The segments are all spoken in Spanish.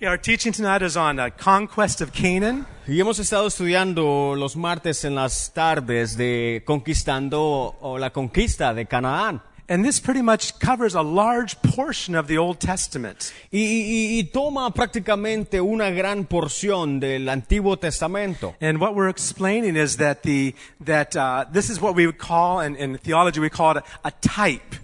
Yeah, our teaching tonight is on uh, conquest of Canaan. Y hemos estado estudiando los martes en las tardes de conquistando o la conquista de Canaán. And this pretty much covers a large portion of the Old Testament. Y, y- y toma prácticamente una gran porción del Antiguo Testamento. And what we're explaining is that the that uh, this is what we would call, in, in theology, we call it a, a type.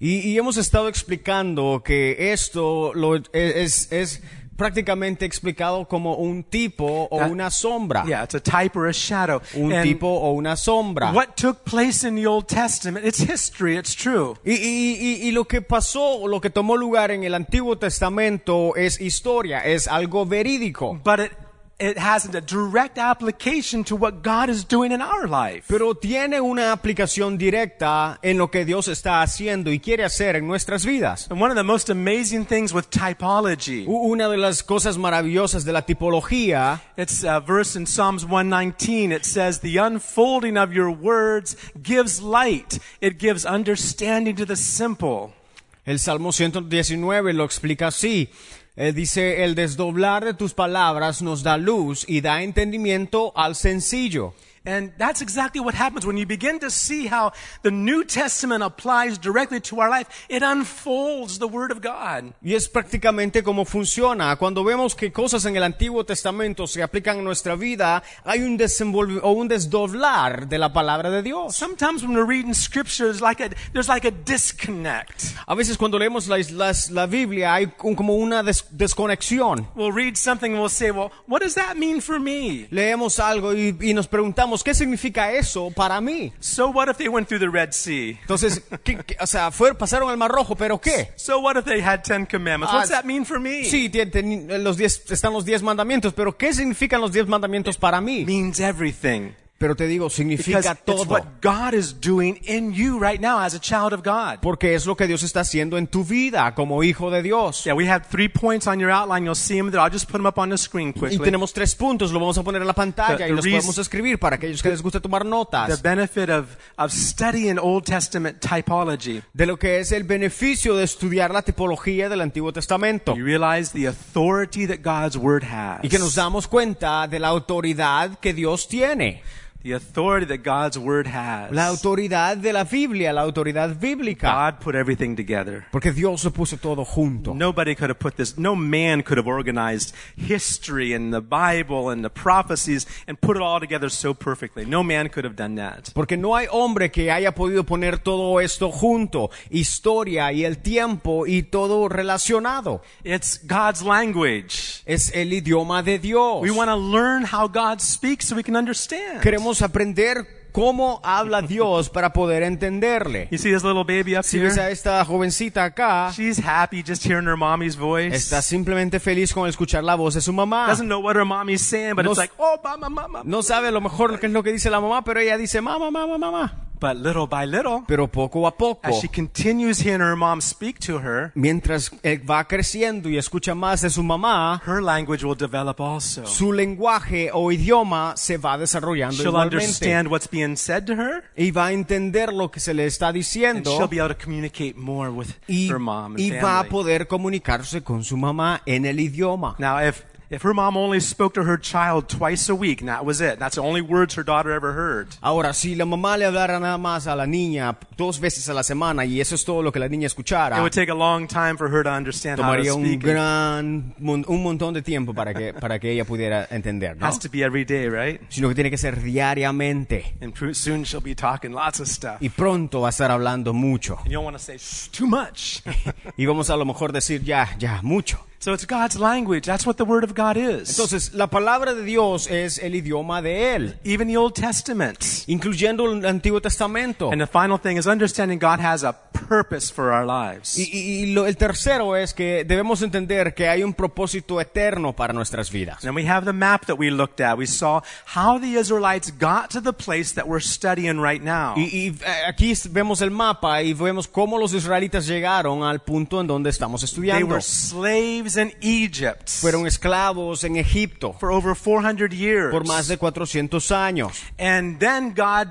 Y, y hemos estado explicando que esto lo- e, es, es prácticamente explicado como un tipo o Ah, una sombra. Yeah, it's a type or a shadow. Un And tipo o una sombra. What took place in the Old Testament? It's history. It's true. Y, y- y- y lo que pasó, o lo que tomó lugar en el Antiguo Testamento es historia, es algo verídico. But it it has a direct application to what God is doing in our life. Pero tiene una aplicación directa en lo que Dios está haciendo y quiere hacer en nuestras vidas. And one of the most amazing things with typology. U- Una de las cosas maravillosas de la tipología It's a verse in Psalms 119. It says, The unfolding of your words gives light, it gives understanding to the simple. El Salmo 119 lo explica así. Eh, dice, el desdoblar de tus palabras nos da luz y da entendimiento al sencillo. And that's exactly what happens when you begin to see how the New Testament applies directly to our life. It unfolds the Word of God. Y es prácticamente como funciona. Cuando vemos que cosas en el Antiguo Testamento se aplican en nuestra vida, hay un desenvolv- o un desdoblar de la palabra de Dios. Sometimes when we're reading Scripture, there's like a, there's like a disconnect. A veces cuando leemos las- las- la Biblia hay un- como una des- desconexión. We'll read something and we'll say, Well, what does that mean for me? Leemos algo y, y nos preguntamos, ¿qué significa eso para mí? So what if they went through the Red Sea? Entonces, ¿qué- qué- o sea, fue- pasaron al Mar Rojo, pero ¿qué? So what if they had Ten Commandments? Ah, What's that mean for me? Sí, tien- ten- eh, los diez, están los diez mandamientos, pero ¿qué significan los diez mandamientos para mí? means everything. Pero te digo, Because significa it's todo. what God is doing in you right now as a child of God. Porque es lo que Dios está haciendo en tu vida como hijo de Dios. Yeah, we have three points on your outline. You'll see them there. I'll just put them up on the screen Y quickly. tenemos tres puntos, lo vamos a poner en la The- pantalla y the los reas- podemos escribir para aquellos que les gusta tomar The notas benefit of, of studying Old Testament typology. de lo que es el beneficio de estudiar la tipología del Antiguo Testamento. You realize the authority that God's Word has. Y que nos damos cuenta de la autoridad que Dios tiene. The authority that God's Word has. La autoridad de la Biblia, la autoridad bíblica. God put everything together. Porque Dios lo puso todo junto. Nobody could have put this, no man could have organized history and the Bible and the prophecies and put it all together so perfectly. No man could have done that. Porque no hay hombre que haya podido poner todo esto junto, historia y el tiempo y todo relacionado. It's God's language. Es el idioma de Dios. We want to learn how God speaks so we can understand. Queremos aprender cómo habla Dios para poder entenderle. You see this little baby up Si ves here? a esta jovencita acá, She's happy just hearing her mommy's está voice. simplemente feliz con escuchar la voz de su mamá. Doesn't know what her mommy's saying, but No it's s- like, oh, mama, mama. No sabe a lo mejor qué es lo que dice la mamá, pero ella dice mamá, mamá, mamá. But little by little, Pero poco a poco, as she continues hearing her mom speak to her, mientras él va creciendo y escucha más de su mamá, her language will develop also. su lenguaje o idioma se va desarrollando She'll igualmente understand what's being said to her. y va a entender lo que se le está and she'll diciendo be able to communicate more with y, her mom and y family. va a poder comunicarse con su mamá en el idioma. now, if if her mom only spoke to her child twice a week, and that was it. That's the only words her daughter ever heard. Ahora, si la mamá le hablara nada más a la niña dos veces a la semana y eso es todo lo que la niña It escuchara, would take a long time for her to understand how to tomaría un speak. It gran mon- un montón de tiempo para que para que ella pudiera entender, ¿no? has to be every day, right? sino que tiene que ser diariamente And pr- soon she'll be talking lots of stuff. y pronto va a estar hablando mucho And you don't want to say Shh, too much. y vamos a lo mejor decir ya ya mucho. so it's God's language. That's what the Word of God is. Entonces, la palabra de Dios es el idioma de Él, Even the Old Testament. incluyendo el Antiguo Testamento. And the final thing is understanding God has a purpose for our lives. Y, y- y lo- el tercero es que debemos entender que hay un propósito eterno para nuestras vidas. And we have the map that we looked at. We saw how the Israelites got to the place that we're studying right now. Y, y, eh, aquí es- vemos el mapa y vemos cómo los israelitas llegaron al punto en donde estamos They estudiando. were slaves in Egypt Fueron esclavos en Egipto for over 400 years. por más de 400 años. And then God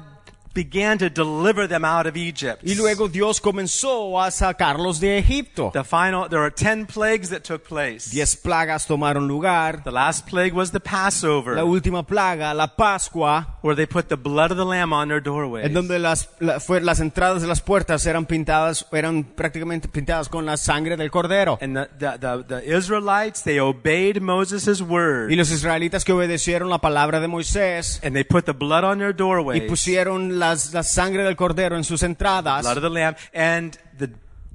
began to deliver them out of Egypt. Y luego Dios comenzó a sacarlos de Egipto. The final, there are 10 plagues that took place. Diez plagas tomaron lugar. The last plague was the Passover, La última plaga, la Pascua, where they put the blood of the lamb on their doorways. en donde las, la- fue- las entradas de las puertas eran pintadas, eran prácticamente pintadas con la sangre del cordero. And the, the, the, the Israelites, they obeyed Moses' word. Y los israelitas que obedecieron la palabra de Moisés and they put the blood on their y doorways, pusieron las, la sangre del cordero en sus entradas, blood of the lamb, and the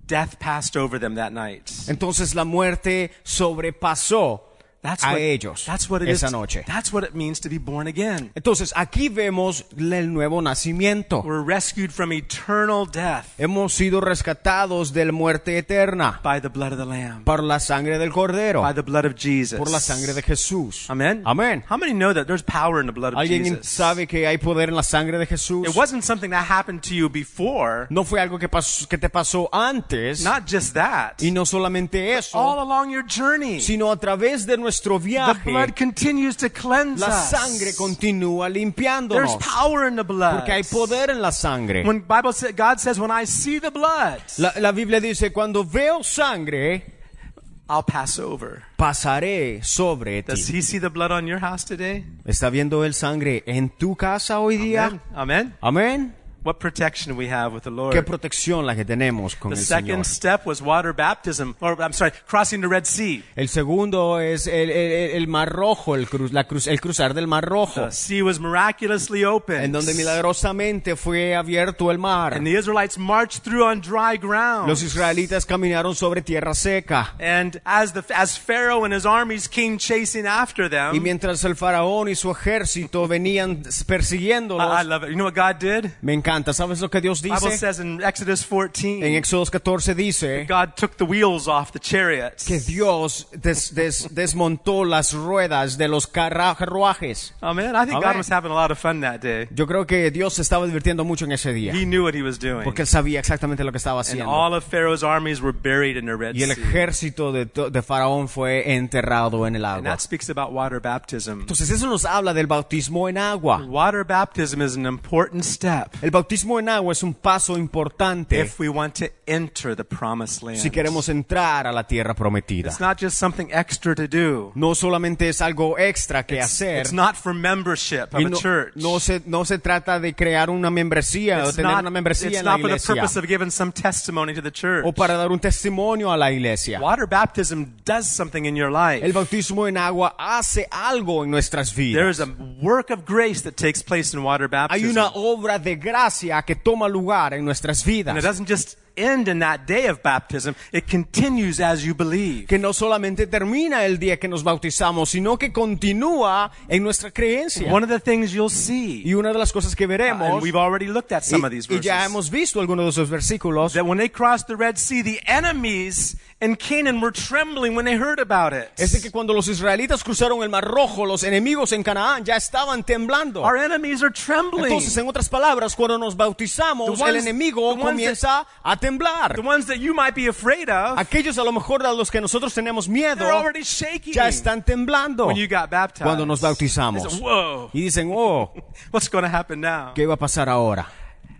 death passed over them that night. entonces la muerte sobrepasó That's a what, ellos that's what it is. esa noche. That's what it means to be born again. Entonces aquí vemos el nuevo nacimiento. We're rescued from eternal death Hemos sido rescatados de la muerte eterna by the blood of the lamb, por la sangre del cordero, by the blood of Jesus. por la sangre de Jesús. Amen. Amén. How many know that there's power in the blood of ¿Alguien Jesus? sabe que hay poder en la sangre de Jesús? It wasn't something that happened to you before. No fue algo que, pasó- que te pasó antes Not just that. y no solamente eso, All along your journey, sino a través de nuestro the viaje blood continues to cleanse la us. sangre continúa There's limpiándonos power in the blood. porque hay poder en la sangre. When Bible sa- God says, "When I see the blood, La, la Biblia dice, cuando veo sangre, I'll pass over." pasaré sobre Does ti. He see the blood on your house today? ¿Está viendo el sangre en tu casa hoy día? Amen. Amen. Amén. What protection we have with the Lord. Qué protección la que tenemos con The el second Señor. step was water baptism, or I'm sorry, crossing the Red Sea. El segundo es el, el- el- el mar rojo, el, cruz, la cruz, el cruzar del mar rojo, The sea was miraculously opened, Oh. en donde milagrosamente fue abierto el mar. and the Israelites marched through on dry ground. Los israelitas caminaron sobre tierra seca. And as the as Pharaoh and his armies came chasing after Y them, mientras el faraón y su ejército venían I, I persiguiéndolos, love it. You know what God did? me encanta. ¿Sabes lo que Dios Bible dice? says in Exodus 14, En Éxodo 14 dice God took the wheels off the chariots. que Dios des- des- desmontó las ruedas de los carra- carruajes. Oh man, I think Amen. God was having a lot of fun that day. Yo creo que Dios se estaba divirtiendo mucho en ese día, He knew what he was doing. porque él sabía exactamente lo que estaba And haciendo. all of Pharaoh's armies were buried in the Red Y el Sea. ejército de, to- de Faraón fue enterrado en el And agua. that speaks about water baptism. Entonces eso nos habla del bautismo en agua. Water baptism is an important step El bautismo en agua es un paso importante if we want to enter the promised land. si queremos entrar a la tierra prometida. It's not just something extra to do. No solamente es algo extra que hacer. It's not for membership of Y a no, church. no se, no se trata de crear una membresía o It's tener not, una membresía it's en la not for the iglesia purpose of giving some testimony to the church. o para dar un testimonio a la iglesia. Water baptism does something in your life. El bautismo en agua hace algo en nuestras There vidas. is a work of grace that takes place in water Hay baptism. una obra de gracia que toma lugar en nuestras and it vidas, doesn't just end in that day of baptism, it continues as you believe. que no solamente termina el día que nos bautizamos, sino que continúa en nuestra creencia. One of the things you'll see, Y una de las cosas que and veremos, we've already looked at some of these y, y verses, ya hemos visto algunos de esos versículos, that when they crossed the Red Sea, the enemies in Canaan were trembling when they heard about it. es de que cuando los israelitas cruzaron el Mar Rojo, los enemigos en Canaán ya estaban temblando. Our enemies are trembling. Entonces, en otras palabras, cuando nos bautizamos, The ones- el enemigo the ones comienza a temblar. the ones that you might be afraid of, Aquellos a lo mejor a los que nosotros tenemos miedo they're already shaking ya están temblando when you got baptized. cuando nos They bautizamos. say, Whoa, Y dicen, oh, what's going to happen now? ¿qué va a pasar ahora?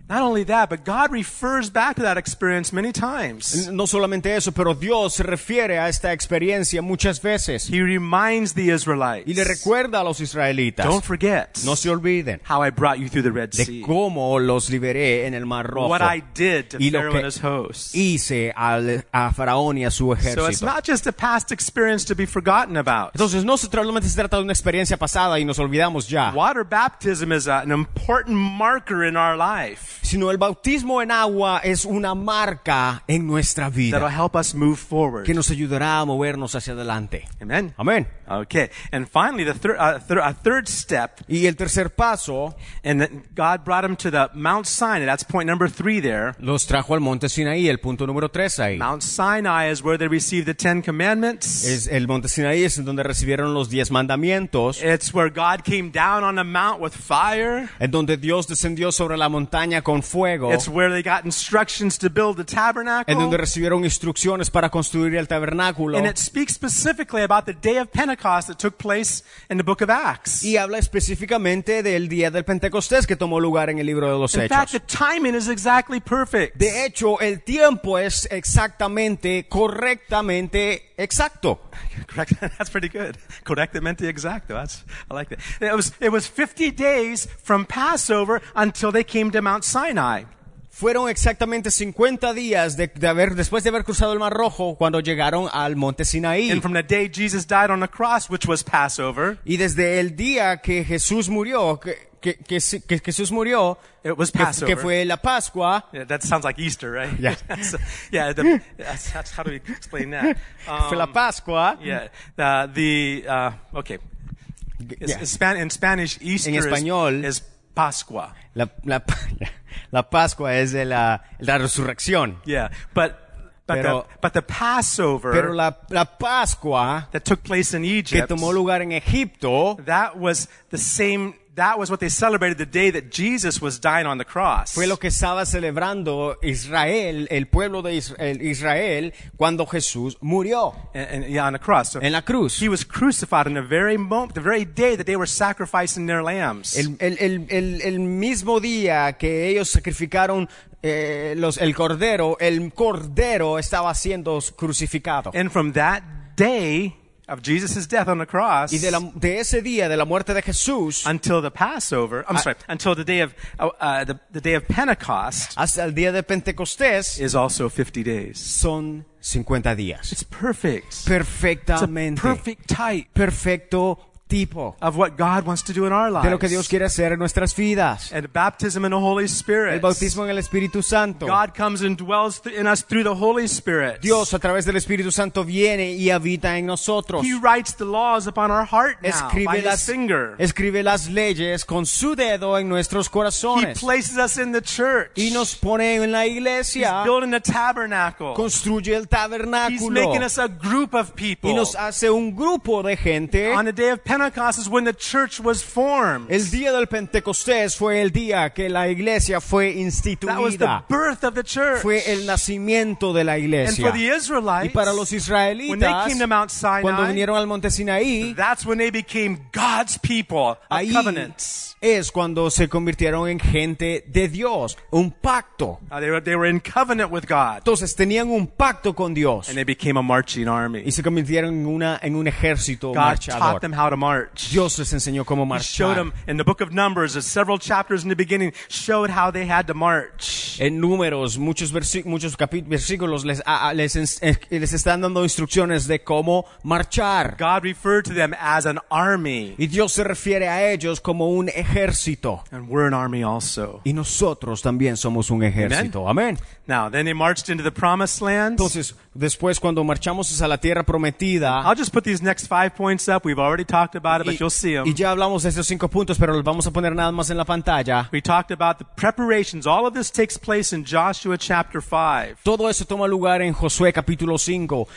Not only that, but God refers back to that experience many times. No solamente eso, pero Dios se refiere a esta experiencia muchas veces He reminds the y le Israelites. recuerda a los israelitas, Don't forget no se olviden how I brought you through the Red de Sea. cómo los liberé en el Mar Rojo. What I did to Y lo Pharaoh que and his hosts. Hice al- a Faraón y a su So it's ejército. not just a past experience to be forgotten about. Entonces no se solamente se trata de una experiencia pasada y nos olvidamos ya, Water baptism is a- an important marker in our life sino el bautismo en agua es una marca en nuestra that'll vida help us move forward. que nos ayudará a movernos hacia adelante. Amen. Amén. Okay. And finally, the third, uh, thir- a third step, Y el tercer paso and that God brought him to the Mount Sinai. That's point number three there. los trajo al monte Sinaí, el punto número tres ahí. Mount Sinai is where they received the Ten Commandments. Es el monte Sinaí es en donde recibieron los diez mandamientos, It's where God came down on the mount with fire. en donde Dios descendió sobre la montaña con fuego, It's where they got instructions to build the en tabernacle. donde recibieron instrucciones para construir el tabernáculo. And it speaks specifically about the day of Pentecost that took place in the book of Acts. Y habla específicamente del día del Pentecostés que tomó lugar en el libro de los In fact, Hechos. the timing is exactly perfect. De hecho, el tiempo es exactamente, correctamente exacto. Correct. That's pretty good. Correctamente exacto. That's, I like that. It was, it was 50 days from Passover until they came to Mount Sinai. Fueron exactamente 50 días de, de haber, después de haber cruzado el Mar Rojo cuando llegaron al monte Sinaí. And from the day Jesus died on the cross, which was Passover, Y desde el día que Jesús murió, que, que- que- que Jesús murió, it was que- Passover. que fue la Pascua, Yeah, that sounds like Easter, right? Yeah. So, yeah. The, that's, that's, how do we explain that? fue la Um, Pascua, Yeah. Uh, the uh, okay. It's- yeah. it's Span- in Spanish, Easter is- español- is, Pascua. la, la- la Pascua es de la, la resurrección. Yeah, but but Pero- the, but the Passover Pero la, la Pascua that took place in que Egypt, tomó lugar en Egipto that was the same. That was what they celebrated the day that Jesus was dying on the cross. fue lo que estaba celebrando Israel, el pueblo de Is- el Israel, cuando Jesús murió and, and- yeah, on the cross. So en la cruz. he was crucified on the very moment, the very day that they were sacrificing their lambs. El, el- el- el- el mismo día que ellos sacrificaron eh, los, el cordero, el cordero estaba siendo crucificado. and from that day of Jesus' death on the cross, Y de, la- de ese día, de la muerte de Jesús, until the Passover. I'm sorry, until the day of uh, uh, the, the day of Pentecost hasta el día de Pentecostés, is also 50 days. son 50 días. It's perfect. It's a Perfectamente. perfect type perfecto tipo of what God wants to do in our lives. de lo que Dios quiere hacer en nuestras vidas. And baptism in the Holy Spirit. El bautismo en el Espíritu Santo. God comes and dwells th- in us through the Holy Spirit. Dios a través del Espíritu Santo viene y habita en nosotros. He writes the laws upon our heart now by Escribe His las, finger. escribe las leyes con su dedo en nuestros He corazones. places us in the church. Y nos pone en la He's iglesia, building a tabernacle. construye el He's tabernáculo making us a group of people. y nos hace un grupo de gente. On the day of Pentecost is when the church was formed. El día del Pentecostés fue el día que la iglesia fue That was the instituida. birth of the church. Fue el nacimiento de la and iglesia. for the Y Israelites, para los when they israelitas, came to Mount Sinai, cuando vinieron al monte Sinaí, that's when they became God's people, a ahí covenant. es cuando se convirtieron en gente de Dios, un pacto. Uh, they, were, they were in covenant with God, Entonces tenían un pacto con Dios and they became a marching army. y se convirtieron en, una, en un ejército God taught marchador. them how to march. Dios les enseñó cómo He showed marchar. them in the book of Numbers, uh, several chapters in the beginning, showed how they had to march. En números, muchos, versi- muchos capi- versículos les, a- a- les, ens- eh, les están dando instrucciones de cómo marchar. God referred to them as an army, Y Dios se refiere a ellos como un ejército. and we're an army also. Y nosotros también somos un ejército. Amén. Now, then they marched into the promised land. Entonces, después cuando marchamos a la tierra prometida, I'll just put these next five points up. We've already talked about it, y, but you'll see them. y ya hablamos de estos cinco puntos, pero los vamos a poner nada más en la pantalla. We talked about the preparations. All of this takes place in Joshua chapter 5. Todo eso toma lugar en Josué capítulo 5.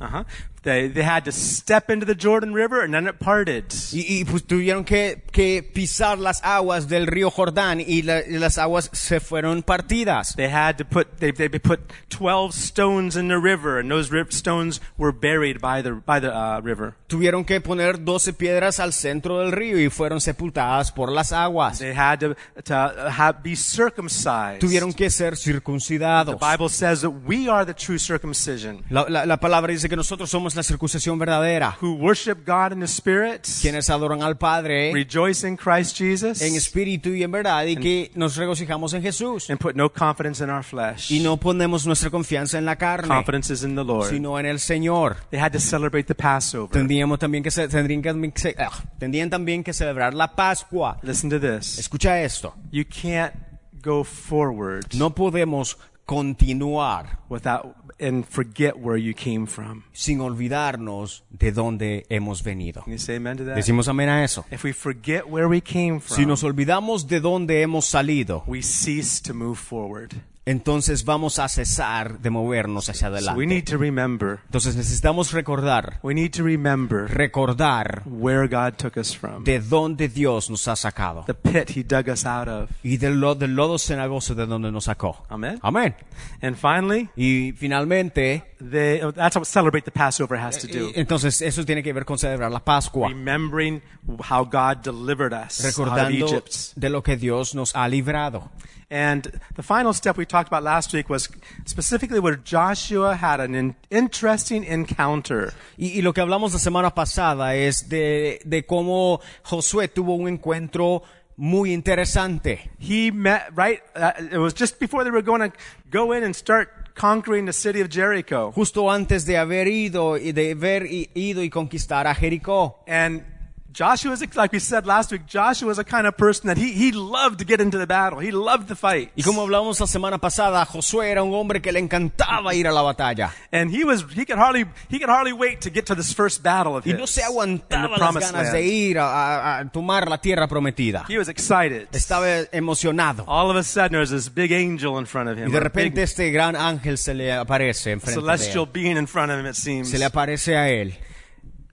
Uh-huh. They, they had to step into the Jordan River and then it parted. Y, y, pues tuvieron que, que pisar las aguas del río Jordán y, la- y las aguas se fueron partidas. They had to put, they, they put 12 stones in the river and those rip stones were buried by the, by the uh, river. Tuvieron que poner 12 piedras al centro del río y fueron sepultadas por las aguas. They had to, to uh, have, be circumcised. Tuvieron que ser circuncidados. Bible says that we are the true circumcision La, la- la palabra dice que nosotros somos la circuncisión verdadera, who worship God in the Spirit, quienes adoran al Padre rejoice in Christ Jesus, en espíritu y en verdad y que nos regocijamos en Jesús and put no confidence in our flesh. y no ponemos nuestra confianza en la carne, confidence is in the Lord. sino en el Señor. They had to celebrate the Passover. Tendríamos también que ce- tendrían que también que ce- ah, tendrían también que celebrar la Pascua. Listen to this. Escucha esto. You can't go forward No podemos continuar without and forget where you came from. sin olvidarnos de dónde hemos venido. Can you say amen to that? Decimos amén a eso. if we forget where we came from, Si nos olvidamos de dónde hemos salido, we cease to move forward. entonces vamos a cesar de movernos hacia So we adelante. need to remember. Entonces necesitamos recordar, We need to remember recordar where God took us from. de dónde Dios nos ha sacado The pit he dug us out of. y del, lo- del lodo cenagoso de donde nos sacó. Amén. Amén. And finally, Y finalmente, they, oh, that's what celebrate the Passover has to Eh, do. entonces eso tiene que ver con celebrar la Pascua, Remembering how God delivered us out of recordando Egypt. de lo que Dios nos ha librado. And the final step we talked about last week was specifically where Joshua had an in- interesting encounter. Y, y lo que hablamos la semana pasada es de, de cómo Josué tuvo un encuentro muy interesante. He met, right? Uh, it was just before they were going to go in and start conquering the city of Jericho. Justo antes de haber ido y de haber i- ido y conquistar a Jericó. And Joshua is, like we said last week, Joshua is a kind of person that he, he loved to get into the battle. He loved the fight. Y como hablamos la semana pasada, Josué era un hombre que le encantaba ir a la batalla. And he was, he could hardly, he could hardly wait to get to this first battle of Y his. no se in the aguantaba las promised ganas de land. ir a, a- a tomar la tierra prometida. He was excited. Estaba emocionado. All of a sudden, there was this big angel in front of him. Y de or a big repente este gran ángel se le aparece enfrente de celestial él. being in front of him, it seems, Se le aparece a él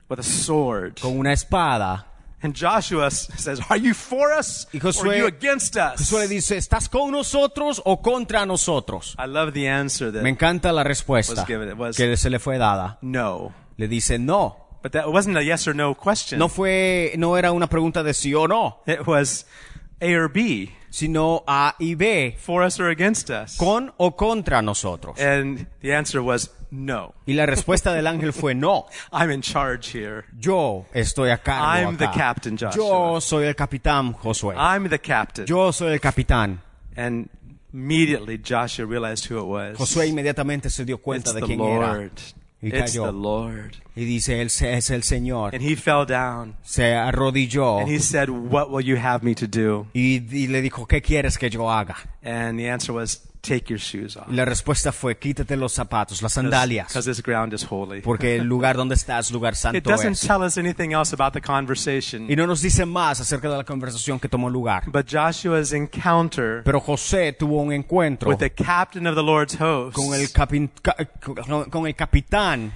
with a sword. con una espada. And Joshua s- says, Are you for us Y Josué- or are you against us? Josué le dice, ¿estás con nosotros o contra nosotros? I love the answer that Me encanta la respuesta Was given- it was- que se le fue dada. no. Le dice, no. But that wasn't a yes or no question. No fue, no era una pregunta de sí o no, It was A or B, sino A y B, for us or against us. con o contra nosotros. And the answer was no. Y la respuesta del ángel fue no. I'm in charge here. Yo estoy a cargo I'm the acá. captain, Joshua. Ah. Yo soy el capitán, Josué. I'm the captain. Yo soy el capitán. And immediately Joshua realized who it was. Josué inmediatamente se dio cuenta it's de the quién era. Lord. Y It's cayó. the Lord. Y dice, él se- es el Señor. And he fell down. Se arrodilló And he said, What will you have me to do? y, y le dijo, ¿qué quieres que yo haga? And the answer was, Take your shoes off. Y la respuesta fue, quítate los zapatos, las Because sandalias, this ground is holy. porque el lugar donde estás, lugar It santo doesn't es. tell us anything else about the conversation. Y no nos dice más acerca de la conversación que tomó lugar. But Joshua's encounter Pero José tuvo un encuentro with the captain of the Lord's host con el, capin- ca- con- con el capitán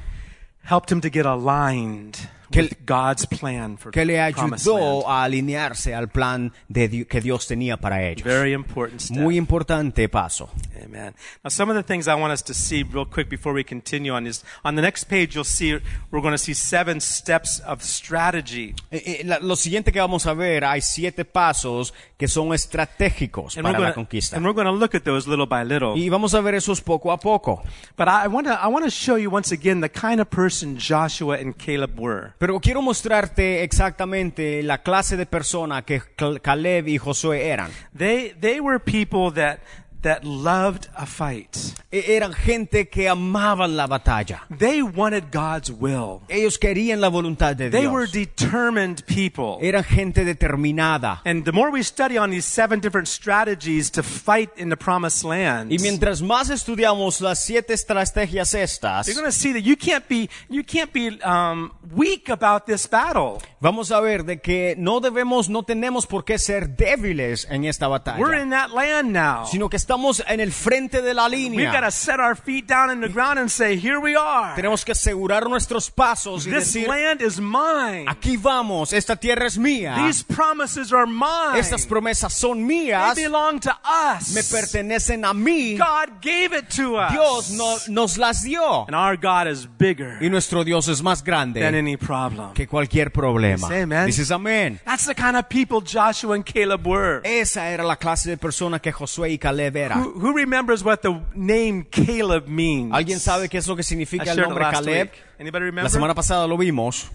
helped him to get aligned Que- with God's plan for que le promised land. ayudó a alinearse al plan de Di- que Dios tenía para ellos. Very important step. Muy importante paso. Amen. Now, some of the things I want us to see real quick before we continue on is on the next page you'll see we're going to see seven steps of strategy, Eh, eh, la- lo siguiente que vamos a ver, hay siete pasos que son estratégicos and para we're la going conquista. and we're going to look at those little by little. Y vamos a ver esos poco a poco. But I want to I want to show you once again the kind of person Joshua and Caleb were. Pero quiero mostrarte exactamente la clase de persona que Cal- Caleb y Josué eran. They they were people that that loved a fight. E- Eran gente que amaban la batalla. They wanted God's will. Ellos querían la voluntad de They were Dios. determined people. Eran gente determinada. And the more we study on these seven different strategies to fight in the promised land, Y mientras más estudiamos las siete estrategias estas, you're going to see that you can't be you can't be um, weak about this battle. vamos a ver de que no debemos, no tenemos por qué ser débiles en esta We're batalla, in that land now. sino que estamos en el frente de la We've got to línea. set our feet down in the ground and say, "Here we are. Tenemos que asegurar nuestros pasos y This decir, land is mine. aquí vamos, esta tierra es mía. These promises are mine. Estas promesas son They mías, belong to us. me pertenecen a mí. God gave it to us. Dios no- nos las dio. And our God is bigger Y nuestro Dios es más than grande any problem. que cualquier problema. Say amen. Dices amén. That's the kind of people Joshua and Caleb were. Esa era la clase de persona que Josué y Caleb eran. Who, who remembers what the name Caleb means? ¿Alguien sabe qué es lo que I significa el shared it nombre last Caleb? week. Anybody La remember? semana pasada lo vimos.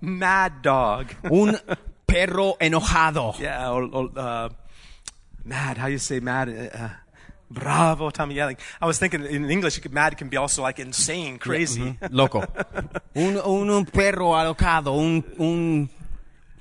Mad dog. Un perro enojado. yeah, or, or, uh, mad. How you say mad? Uh, uh, bravo, Tommy. Yeah, like, I was thinking in English, you could, mad can be also like mm-hmm. insane, crazy. Loco. Un, un- un perro alocado. Un, un,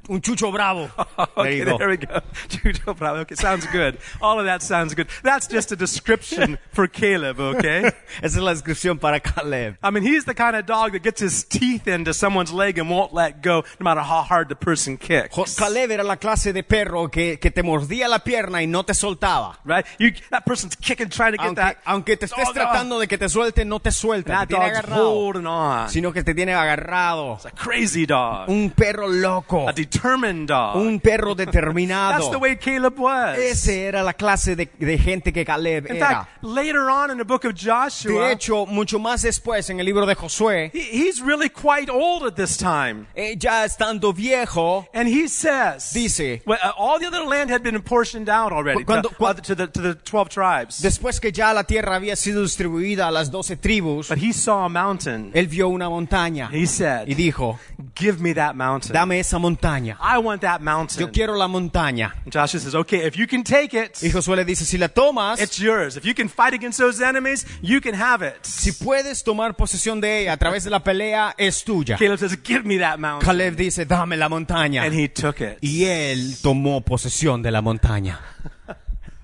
un chucho bravo. Okay, go. there we go. Judo problem. Okay, sounds good. All of that sounds good. That's just a description for Caleb, okay? Esa es la descripción para Caleb. I mean, he's the kind of dog that gets his teeth into someone's leg and won't let go, no matter how hard the person kicks. Jo- Caleb era la clase de perro que, que te mordía la pierna y no te soltaba. Right? You, that person's kicking, trying to get Aunque, that. aunque te estés dog up. tratando de que te suelte, no te And suelta. that Te tiene dog's agarrado. holding on. Sino que te tiene agarrado. It's a crazy dog. Un perro loco. A determined dog. Un perro That's determinado. the way Caleb was. Ese era la clase de, de gente que Caleb In era. fact, later on in the book of De Joshua, hecho, mucho más después en el libro de Josué, he- he's really quite old at this time. eh, ya estando viejo, And he says, Dice. well, uh, all the other land had been portioned out already Cuando- to, uh, to the, to the 12 tribes. después que ya la tierra había sido distribuida a las doce tribus, But he saw a mountain. él vio una montaña He said, y dijo, Give me that mountain. dame esa montaña. I want that mountain. Yo quiero la montaña. And Joshua says, Okay, if you can take it, Y Josué le dice, si la tomas, it's yours. If you can fight against those enemies, you can have it. si puedes tomar posesión de ella a través de la pelea, es tuya. Caleb says, Give me that mountain. Caleb dice, dame la montaña. And he took it. Y él tomó posesión de la montaña. Whoa,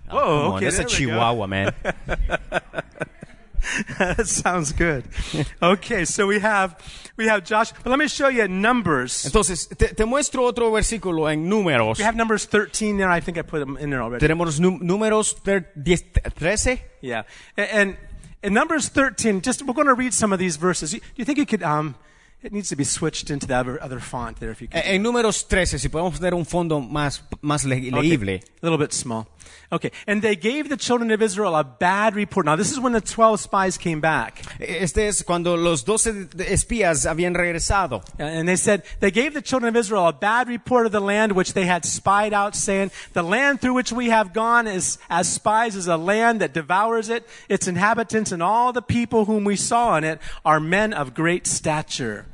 Come on, Oh, okay. that's a there we go. chihuahua, man. that sounds good. okay, so we have we have Josh. But let me show you Numbers. Entonces, te, te muestro otro versículo en Números. We have Numbers 13 there. I think I put them in there already. Tenemos nú- Números ter- 10 13. Yeah. And, and in Numbers 13, just we're going to read some of these verses. You- Do you think you could? Um, it needs to be switched into the other, other font there if you could. Eh, En Números 13, si podemos tener un fondo más, más le- Okay. leíble. A little bit small. Okay. And they gave the children of Israel a bad report. Now, this is when the 12 spies came back. Eh, Este es cuando los 12 de- espías habían regresado. And they said, they gave the children of Israel a bad report of the land which they had spied out, saying, the land through which we have gone is, as spies is a land that devours it, its inhabitants and all the people whom we saw in it are men of great stature.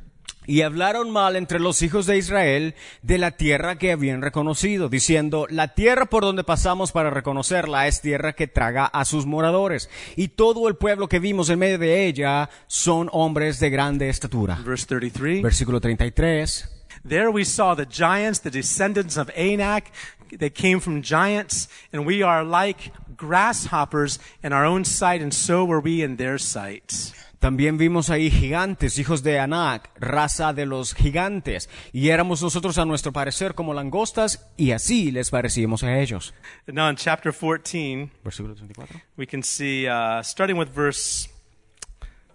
Y hablaron mal entre los hijos de Israel de la tierra que habían reconocido, diciendo, la tierra por donde pasamos para reconocerla es tierra que traga a sus moradores, y todo el pueblo que vimos en medio de ella son hombres de grande estatura. Verse 33. Versículo 33. There we saw the giants, the descendants of Anak. They came from giants, and we are like grasshoppers in our own sight, and so were we in their sight. También vimos ahí gigantes, hijos de Anak, raza de los gigantes, y éramos nosotros a nuestro parecer como langostas, y así les parecíamos a ellos. And now in chapter 14, Versículo 34. we can see, uh, starting with verse,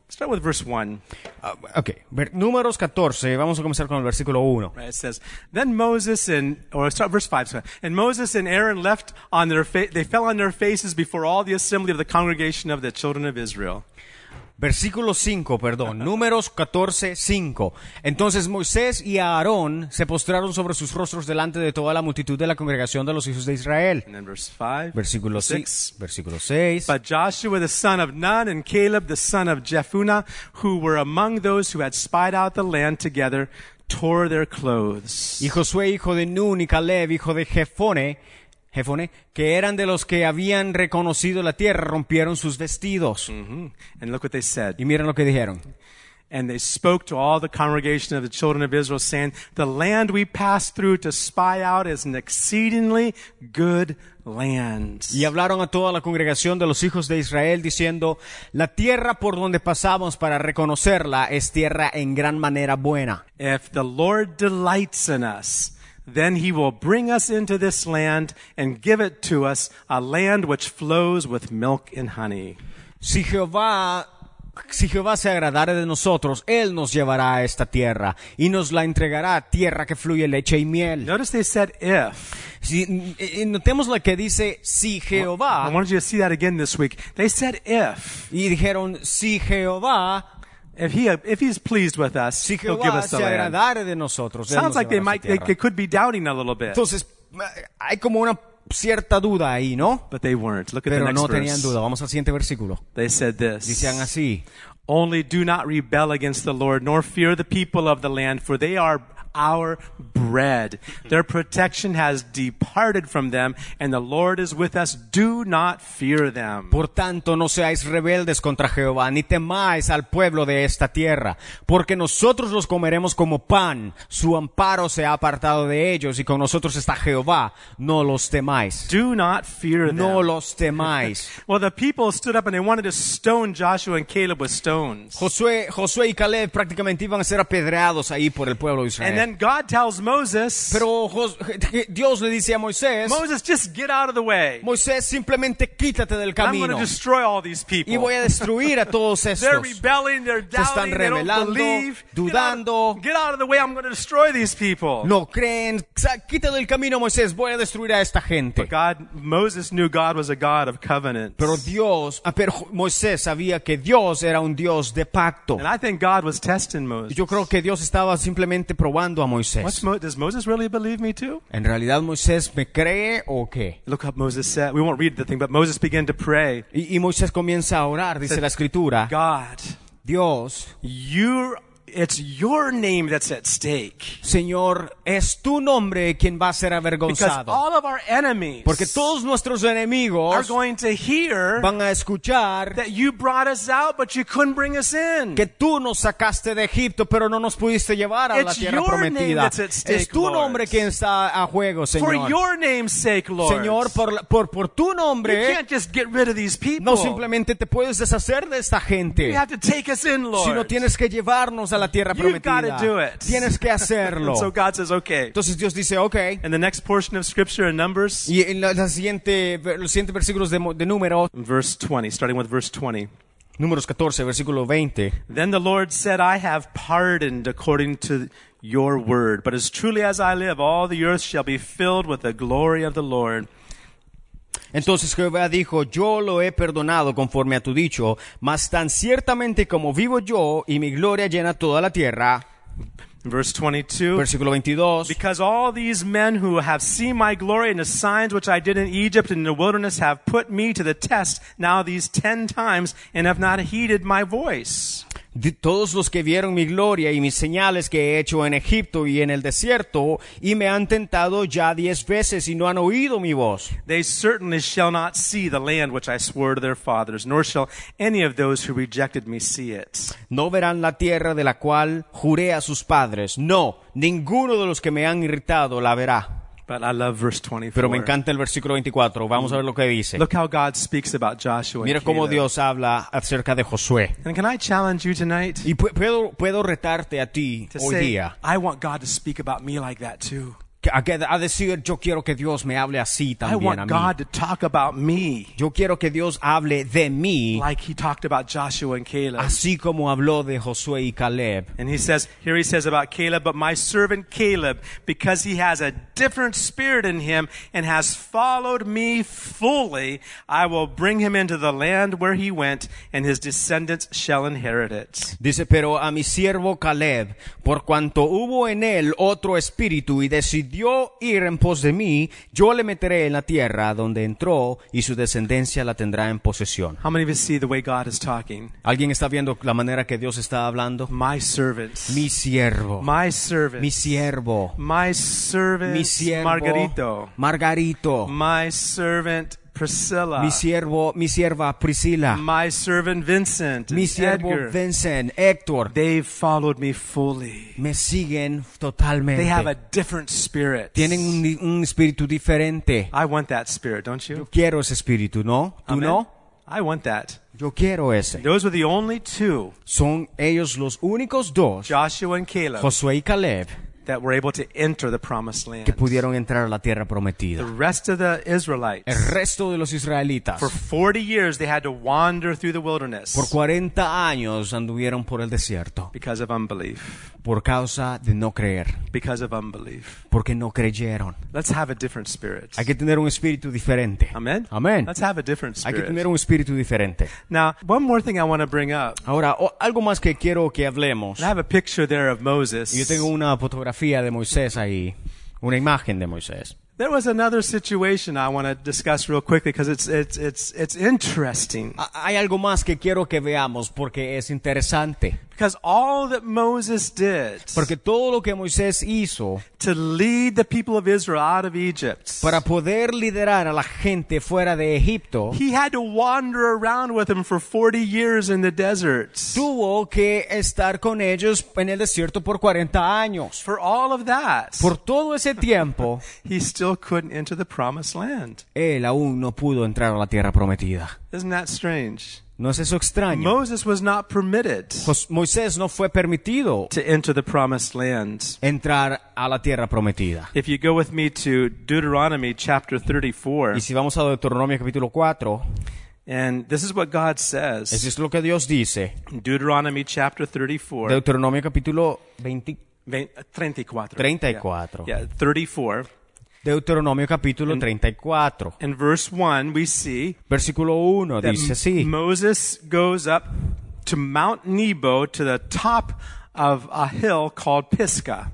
start with verse 1. Ah, ok, Ver- números 14, vamos a comenzar con el versículo 1. Right, It says, Then Moses and, or start verse 5, sorry. and Moses and Aaron left on their, fa- they fell on their faces before all the assembly of the congregation of the children of Israel. Versículo 5, perdón, números 14, 5. Entonces Moisés y Aarón se postraron sobre sus rostros delante de toda la multitud de la congregación de los hijos de Israel. And then verse 5. Versículo Six. 6. Versículo 6. But Joshua the son of Nun and Caleb the son of Jephunneh, who were among those who had spied out the land together, tore their clothes. Y Josué, hijo de Nun, y Caleb, hijo de Jefone, Jefone, que eran de los que habían reconocido la tierra, rompieron sus vestidos. Mhm. And look what they said. Y miren lo que dijeron. And they spoke to all the congregation of the children of Israel, saying, The land we passed through to spy out is an exceedingly good land. Y hablaron a toda la congregación de los hijos de Israel, diciendo, la tierra por donde pasamos para reconocerla es tierra en gran manera buena. If the Lord delights in us, then he will bring us into this land and give it to us, a land which flows with milk and honey. Si Jehová, si Jehová se agradare de nosotros, Él nos llevará a esta tierra y nos la entregará, tierra que fluye leche y miel. Notice they said if. Si- y- y notemos lo que dice, si I Jehová, wanted you to see that again this week. They said if. Y dijeron, si Jehová, If he if he's pleased with us, si he'll give Jehová us the se land. agradare de nosotros. Él nos Sounds like they llevará a might su they, tierra. they could be doubting a little bit. Entonces, eh, hay como una cierta duda ahí, ¿no? But they weren't. Look at the Pero next no verse. tenían duda. Vamos al siguiente versículo. They said Dicen this. así. Only do not rebel against the Lord, nor fear the people of the land, for they are our bread. Their protection has departed from them, and the Lord is with us. Do not fear them. Por tanto, no seáis rebeldes contra Jehová, ni temáis al pueblo de esta tierra, porque nosotros los comeremos como pan, su amparo se ha apartado de ellos, y con nosotros está Jehová, no los temáis. Do not fear them. No los temáis. Well, the people stood up and they wanted to stone Joshua and Caleb with stones. Josué, Josué y Caleb prácticamente iban a ser apedreados ahí por el pueblo de Israel. And then God tells Moses, Pero Jos- Dios le dice a Moisés, Moses, just get out of the way. Moisés, simplemente quítate del I'm going camino to destroy all these people. y voy a destruir a todos They're estos. rebelling, they're doubting, they don't revelando, believe. Get dudando. out, get out of the way, I'm going to destroy these people. No creen, Sa- quítate del camino Moisés, voy a destruir a esta gente. God, Moses knew God was a God of covenants. Pero Dios, ah, pero Jo- Moisés sabía que Dios era un Dios de pacto. and I think God was testing Y Moses. Yo creo que Dios estaba simplemente probando a What's Moisés. Mo- does Moses really believe me too? ¿En realidad Moisés me cree o qué? Look up Moses said. We won't read the thing, but Moses began to pray. Y, y Moisés comienza a orar, dice Said, la escritura. God, Dios, you it's your name that's at stake. Señor, es tu nombre quien va a ser Because avergonzado. all of our enemies Porque todos nuestros are enemigos going to hear van a escuchar that you brought us out, but you couldn't bring us in. que tú nos sacaste de Egipto, pero no nos pudiste llevar a la It's tierra your name prometida. that's at stake, Es tu Lord. nombre quien está a juego, For Señor. your name's sake, Lord. Señor, por, la- por, por tu you nombre, can't just get rid of these people. no simplemente te puedes deshacer de esta you gente, have to take us in, Lord. sino tienes que llevarnos a la tierra You've gotta do prometida. it. Tienes que hacerlo. And so God says, okay. Entonces Dios dice, ok. And the next portion of Scripture in Numbers, Y en la, la siguiente, los siguientes versículos de, Mo- de Números, verse 20, starting with verse 20. Números 14, versículo 20. Then the Lord said, I have pardoned according to your word. But as truly as I live, all the earth shall be filled with the glory of the Lord. Entonces Jehová dijo, yo lo he perdonado conforme a tu dicho, mas tan ciertamente como vivo yo y mi gloria llena toda la tierra. Verse 22. Versículo 22. Because all these men who have seen my glory and the signs which I did in Egypt and in the wilderness have put me to the test now these ten times and have not heeded my voice. De todos los que vieron mi gloria y mis señales que he hecho en Egipto y en el desierto, y me han tentado ya diez veces y no han oído mi voz. They certainly shall not see the land which I swore to their fathers, nor shall any of those who rejected me see it. No verán la tierra de la cual juré a sus padres. No, ninguno de los que me han irritado la verá. But I love verse Pero 24. me encanta el versículo 24. Vamos a ver lo que dice. Look how God speaks about Joshua. and Mira cómo Caleb. Dios habla acerca de Josué. And can I challenge you tonight Y pu- puedo, puedo retarte a ti to hoy say, día I want God to speak about me like that too. que- a, que- a decir yo quiero que Dios me hable así I también a want mí. God to talk about me Yo quiero que Dios hable de mí like he talked about Joshua and Caleb. así como habló de Josué y Caleb. And he says, here he says about Caleb, but my servant Caleb, because he has a different spirit in him and has followed me fully, I will bring him into the land where he went, and his descendants shall inherit it. Dice, pero a mi siervo Caleb, por cuanto hubo en él otro espíritu y decidió ir en pos de mí, yo le meteré en la tierra donde entró y su descendencia la tendrá en posesión. How many of you see the way God is talking? ¿Alguien está viendo la manera que Dios está hablando? My servant. Mi siervo, My servant. mi siervo, My servant. mi siervo Margarito. Margarito. My servant Priscilla. mi siervo, mi sierva Priscila, My servant Vincent. mi and siervo Edgar. Vincent, Héctor, They've followed me fully. me siguen They have a totalmente. different spirit. Tienen un, un espíritu diferente. I want that spirit, don't you? Quiero ese espíritu, ¿no? ¿Tú Amen. no? I want that. Yo quiero ese. Those were the only two, Son ellos los únicos dos, Joshua and Caleb, Josué y Caleb, that were able to enter the promised que land. pudieron entrar a la tierra The prometida. rest of the Israelites, El resto de los israelitas, for 40 years, they had to wander through the por wilderness 40 años anduvieron por el desierto because of unbelief. por causa de no creer, Because of unbelief. porque no creyeron. Let's have a different spirit. Hay que tener un espíritu diferente. Amen? Amén. Let's have a different Hay que spirit. tener un espíritu diferente. Now, one more thing I want to bring up. Ahora, o- algo más que quiero que hablemos. And I have a picture there of Moses. Yo tengo una fotografía de Moisés ahí, una imagen de Moisés. There was another situation I want to discuss real quickly because it's, it's, it's, it's interesting. A- Hay algo más que quiero que veamos porque es interesante. Because all that Moses did Porque todo lo que Moisés hizo to lead the people of Israel out of Egypt, para poder liderar a la gente fuera de Egipto, he had to wander around with them for 40 years in the desert. tuvo que estar con ellos en el desierto por 40 años. For all of that, Por todo ese tiempo, he still couldn't enter the promised land. él aún no pudo entrar a la tierra prometida. Isn't that strange? ¿No es eso extraño? Moses was not permitted Jos- Pues Moisés no fue permitido to enter the promised land. entrar a la tierra prometida. If you go with me to Deuteronomy chapter 34, Y si vamos a Deuteronomio capítulo 4, and this is what God eso says. es lo que Dios dice. Deuteronomy chapter 34. Deuteronomio capítulo 20, Ve- 34. 34. Yeah. yeah, 34. Deuteronomio capítulo 34, In verse 1, we see versículo 1 that dice así. Moses goes up to Mount Nebo to the top of a hill called Pisgah.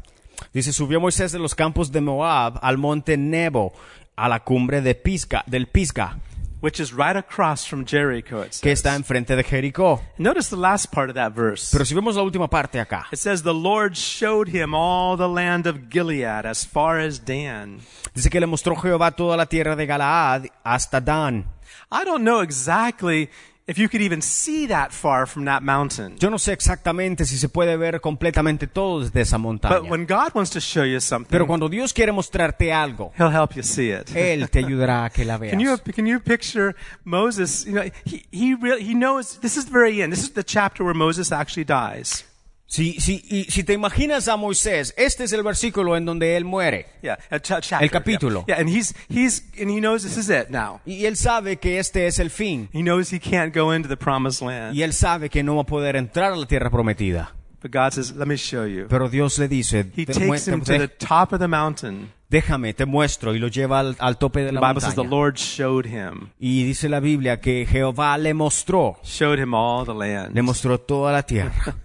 Dice, subió Moisés de los campos de Moab al monte Nebo, a la cumbre de Pisga, del Pisga, which is right across from Jericho. It que says. está enfrente de Jericó. Notice the last part of that verse. Pero si vemos la última parte acá, It says, The Lord showed him all the land of Gilead as far as Dan. dice que le mostró Jehová toda la tierra de Galaad hasta Dan. I don't know exactly if you could even see that far from that mountain. Yo no sé exactamente si se puede ver completamente todo desde esa But montaña. when God wants to show you Pero something, cuando Dios quiere mostrarte algo, He'll help you see it. Él te ayudará a que la Can you veas. can you picture Moses? You know, he he really he knows this is the very end. This is the chapter where Moses actually dies. Si, si, y si te imaginas a Moisés, este es el versículo en donde Él muere. Yeah, a cha- chapter. yeah. capítulo. yeah, and he's he's and he knows this is it now. Y Él sabe que este es el fin. He knows he can't go into the promised land. Y él sabe que no va a poder entrar a la tierra prometida. But God says, let me show you. Pero Dios le dice, He "Te takes him to mue- te- the top of the mountain. déjame, te muestro, y lo lleva al, al tope de The la Bible says the montaña. Lord showed him, Y dice la Biblia que Jehová le mostró, showed him all the le land. mostró toda la tierra.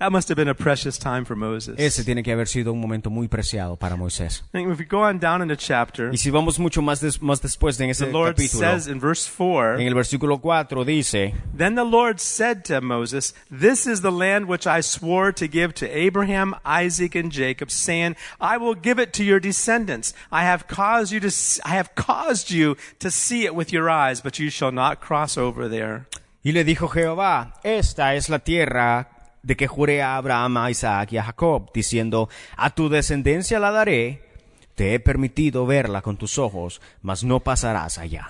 That must have been a precious time for Moses. Ese tiene que haber sido un momento muy preciado para Moisés. I think If we go on down in the chapter, Y si vamos mucho más, des- más después en ese the Lord Eh, capítulo, says in verse en 4, el versículo 4 dice, Then the Lord said to Moses, This is the land which I swore to give to Abraham, Isaac, and Jacob, saying, I will give it to your descendants. I have caused you to, s- I have caused you to see it with your eyes, but you shall not cross over there. y le dijo Jehová, esta es la tierra de que juré a Abraham, a Isaac y a Jacob, diciendo, a tu descendencia la daré, te he permitido verla con tus ojos, mas no pasarás allá.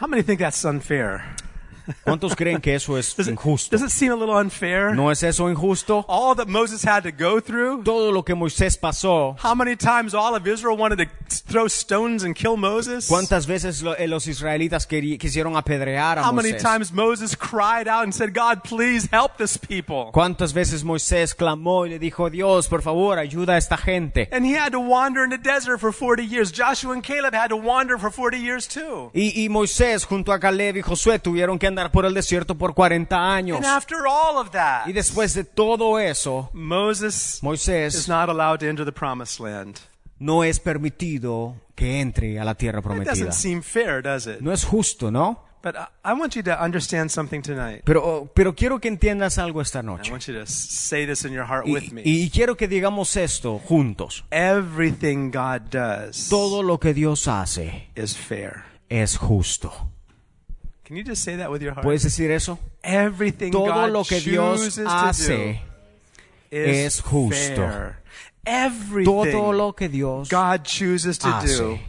How many think that's unfair? ¿Cuántos creen que eso es Does it, injusto? does it seem a little unfair? ¿No es eso injusto? All that Moses had to go through? Todo lo que Moisés pasó, How many times all of Israel wanted to throw stones and kill Moses? ¿cuántas veces lo- eh, los israelitas queri- quisieron apedrear a How many Moisés? times Moses cried out and said, God, please help this people? ¿Cuántas veces Moisés clamó y le dijo, Dios, por favor, ayuda a esta gente? And he had to wander in the desert for 40 years. Joshua and Caleb had to wander for 40 years too. Y, y Moisés junto a Caleb y Josué tuvieron que andar por el desierto por 40 años. And after all of that, Y después de todo eso, Moses is Moisés not allowed to enter the promised land. no es permitido que entre a la tierra It prometida. doesn't seem fair, does it? No es justo, ¿no? But I, I want you to understand something tonight. Pero, pero quiero que entiendas algo esta I noche. want you to s- say this in your heart Y, with me. y quiero que digamos esto juntos. Everything God does Todo lo que Dios hace is fair. es justo. Can you just say that with your heart? ¿Puedes decir eso? Everything Todo God lo que chooses Dios hace, to do is es justo. fair. Everything todo lo que Dios God chooses to do hace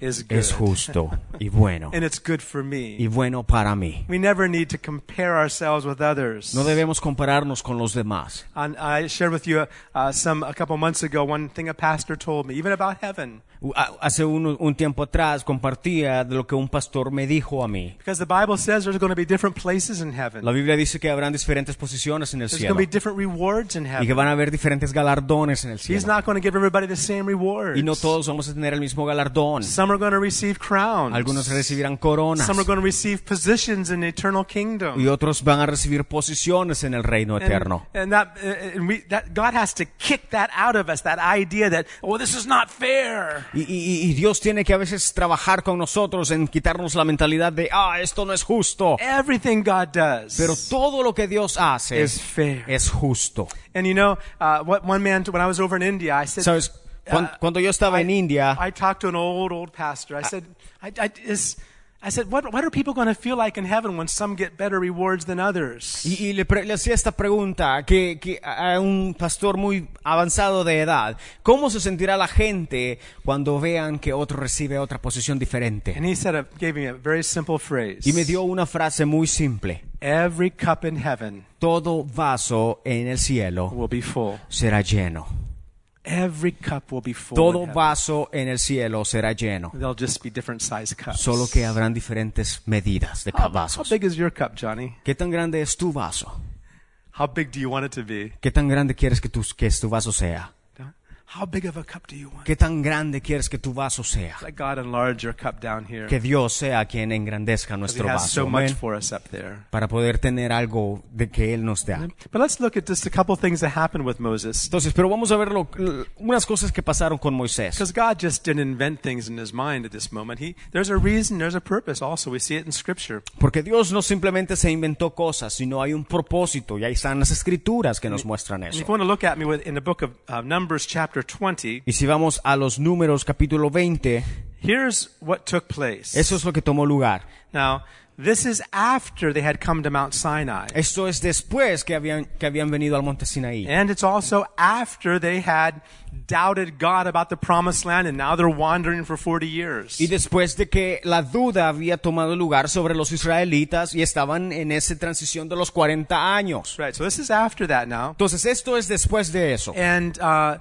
is good. es justo y bueno. And it's good for me. Y bueno para mí. We never need to compare ourselves with others. No debemos compararnos con los demás. And I shared with you uh, some a couple months ago one thing a pastor told me, even about heaven, A- Hace un, un tiempo atrás compartía de lo que un pastor me dijo a mí. because the Bible says there's going to be different places in heaven. La Biblia dice que habrán diferentes posiciones en el There's cielo going to be different rewards in y que heaven. van a haber diferentes galardones en el He's cielo. not going to give everybody the same rewards. Y no todos vamos a tener el mismo galardón. Some are are going to receive crowns. Algunos recibirán coronas Some are going to receive positions in the eternal kingdom. y otros van a recibir posiciones en el reino And- eterno. And, that, uh, and we, that God has to kick that out of us, that idea that, oh, this is not fair. Y, y- y Dios tiene que a veces trabajar con nosotros en quitarnos la mentalidad de, ah, esto no es justo. Everything God does. Pero todo lo que Dios hace Is fair. es justo. and you know, uh, what one man, when I was over in India, I said, ¿Sabes? Cuan- uh, Cuando yo estaba en India, I talked to an old, old pastor. I said, I, I, is, I said, what, what are people going to feel like in heaven when some get better rewards than others? Y, y le, pre- le hacía esta pregunta que, que a a un pastor muy avanzado de edad, ¿cómo se sentirá la gente cuando vean que otro recibe otra posición diferente? And he said, a, gave me a very simple phrase. Y me dio una frase muy simple, Every cup in heaven todo vaso en el cielo will be full. será lleno, Every cup will be full. in todo heaven. vaso en el cielo será lleno, They'll just be different size cups. solo que habrán diferentes medidas de How- cada How vaso. big is your cup, Johnny? ¿Qué tan grande es tu vaso? How big do you want it to be? ¿Qué tan grande quieres que tu, que tu vaso sea? How big of a cup do you want? ¿Qué tan grande quieres que tu vaso sea? Let God enlarge your cup down here. Que Dios sea quien engrandezca 'cause nuestro He has vaso so much amén, for us up there. para poder tener algo de que Él nos da. But let's look at just a couple things that happened with Moses. Entonces, pero vamos a ver lo- l- unas cosas que pasaron con Moisés. Because God just didn't invent things in his mind at this moment. He, there's a reason, there's a purpose also. We see it in Scripture. Porque Dios no simplemente se inventó cosas, sino hay un propósito y ahí están las escrituras que nos muestran And if eso. you want to look at me with, in the book of uh, Numbers, chapter 20, Y si vamos a los números capítulo 20, here's what took place. eso es lo que tomó lugar. Now, this is after they had come to Mount Sinai. Esto es después que habían, que habían venido al monte Sinaí. And it's also after they had doubted God about the promised land and now they're wandering for 40 years. Y después de que la duda había tomado lugar sobre los israelitas y estaban en esa transición de los 40 años. Right, so this is after that now. Entonces, esto es después de eso. And uh,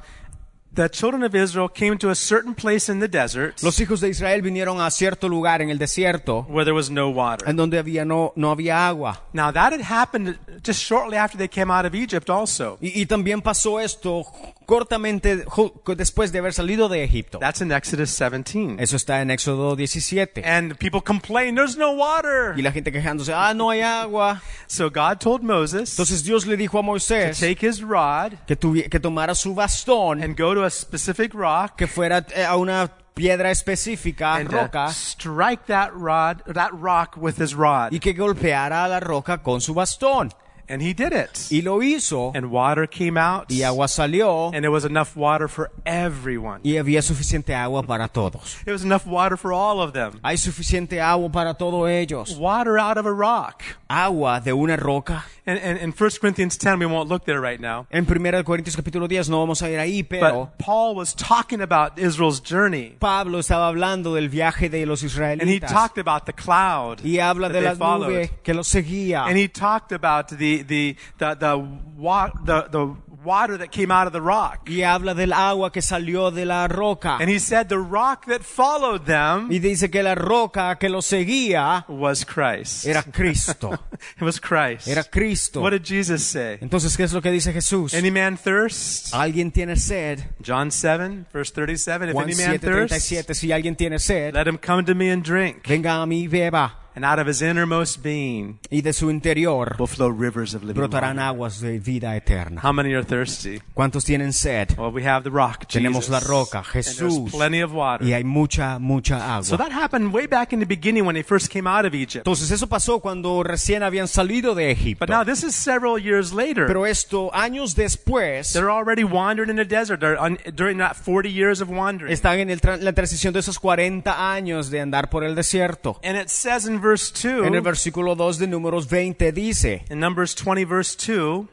the children of Israel came to a certain place in the desert Los hijos de Israel vinieron a cierto lugar en el desierto where there was no water. en donde había no, no había agua. Now that had happened just shortly after they came out of Egypt also. Y, y también pasó esto cortamente ju- después de haber salido de Egipto. That's in Exodus 17. Eso está en Éxodo 17. And people complained, there's no water. Y la gente quejándose, ah, no hay agua. So God told Moses to Entonces Dios le dijo a Moisés take his rod que, tuvi- que tomara su bastón, and go to a specific rock que fuera eh, a una piedra específica, and uh, roca, strike that rod, that rock with his rod. y que golpeara a la roca con su bastón. And he did it. Y lo hizo, And water came out. y agua salió, And there was enough water for everyone. y había suficiente agua para todos. There was enough water for all of them. Hay suficiente agua para todos ellos. Water out of a rock. Agua de una roca. And, and in 1 Corinthians 10, we won't look there right now. En 1 Corintios capítulo 10 no vamos a ir ahí, pero But Paul was talking about Israel's journey. Pablo estaba hablando del viaje de los And he israelitas. talked about the cloud Y habla that de they la followed. nube que los seguía. And he talked about the, the, the, the, wa- the, the water that came out of the rock. Y habla del agua que salió de la roca. And he said the rock that followed them Y dice que la roca que los seguía was Christ. era Cristo. It was Christ. Era Cristo. What did Jesus say? Entonces, ¿qué es lo que dice Jesús? Any man thirst? Alguien tiene sed. John 7, verse 37. If Juan any man thirst, 7:37. Si alguien tiene sed, let him come to me and drink. venga a mí y beba. And out of his innermost being Y de su interior will flow rivers of living brotarán water. aguas de vida eterna. How many are thirsty? ¿Cuántos tienen sed? Well, we have the rock, Jesus. Tenemos la roca, And Jesús. there's plenty of water. Y hay mucha, mucha So agua. that happened way back in the beginning when they first came out of Egypt. Entonces eso pasó cuando recién habían salido de Egipto. But now this is several years later. Pero esto, años después, They're already wandering in the desert They're un- during that 40 years of wandering. están en el tran- la transición de esos 40 años de andar por el desierto. And it says in verse 2, En el versículo 2 de Números 20 dice, in Numbers 20, verse 2,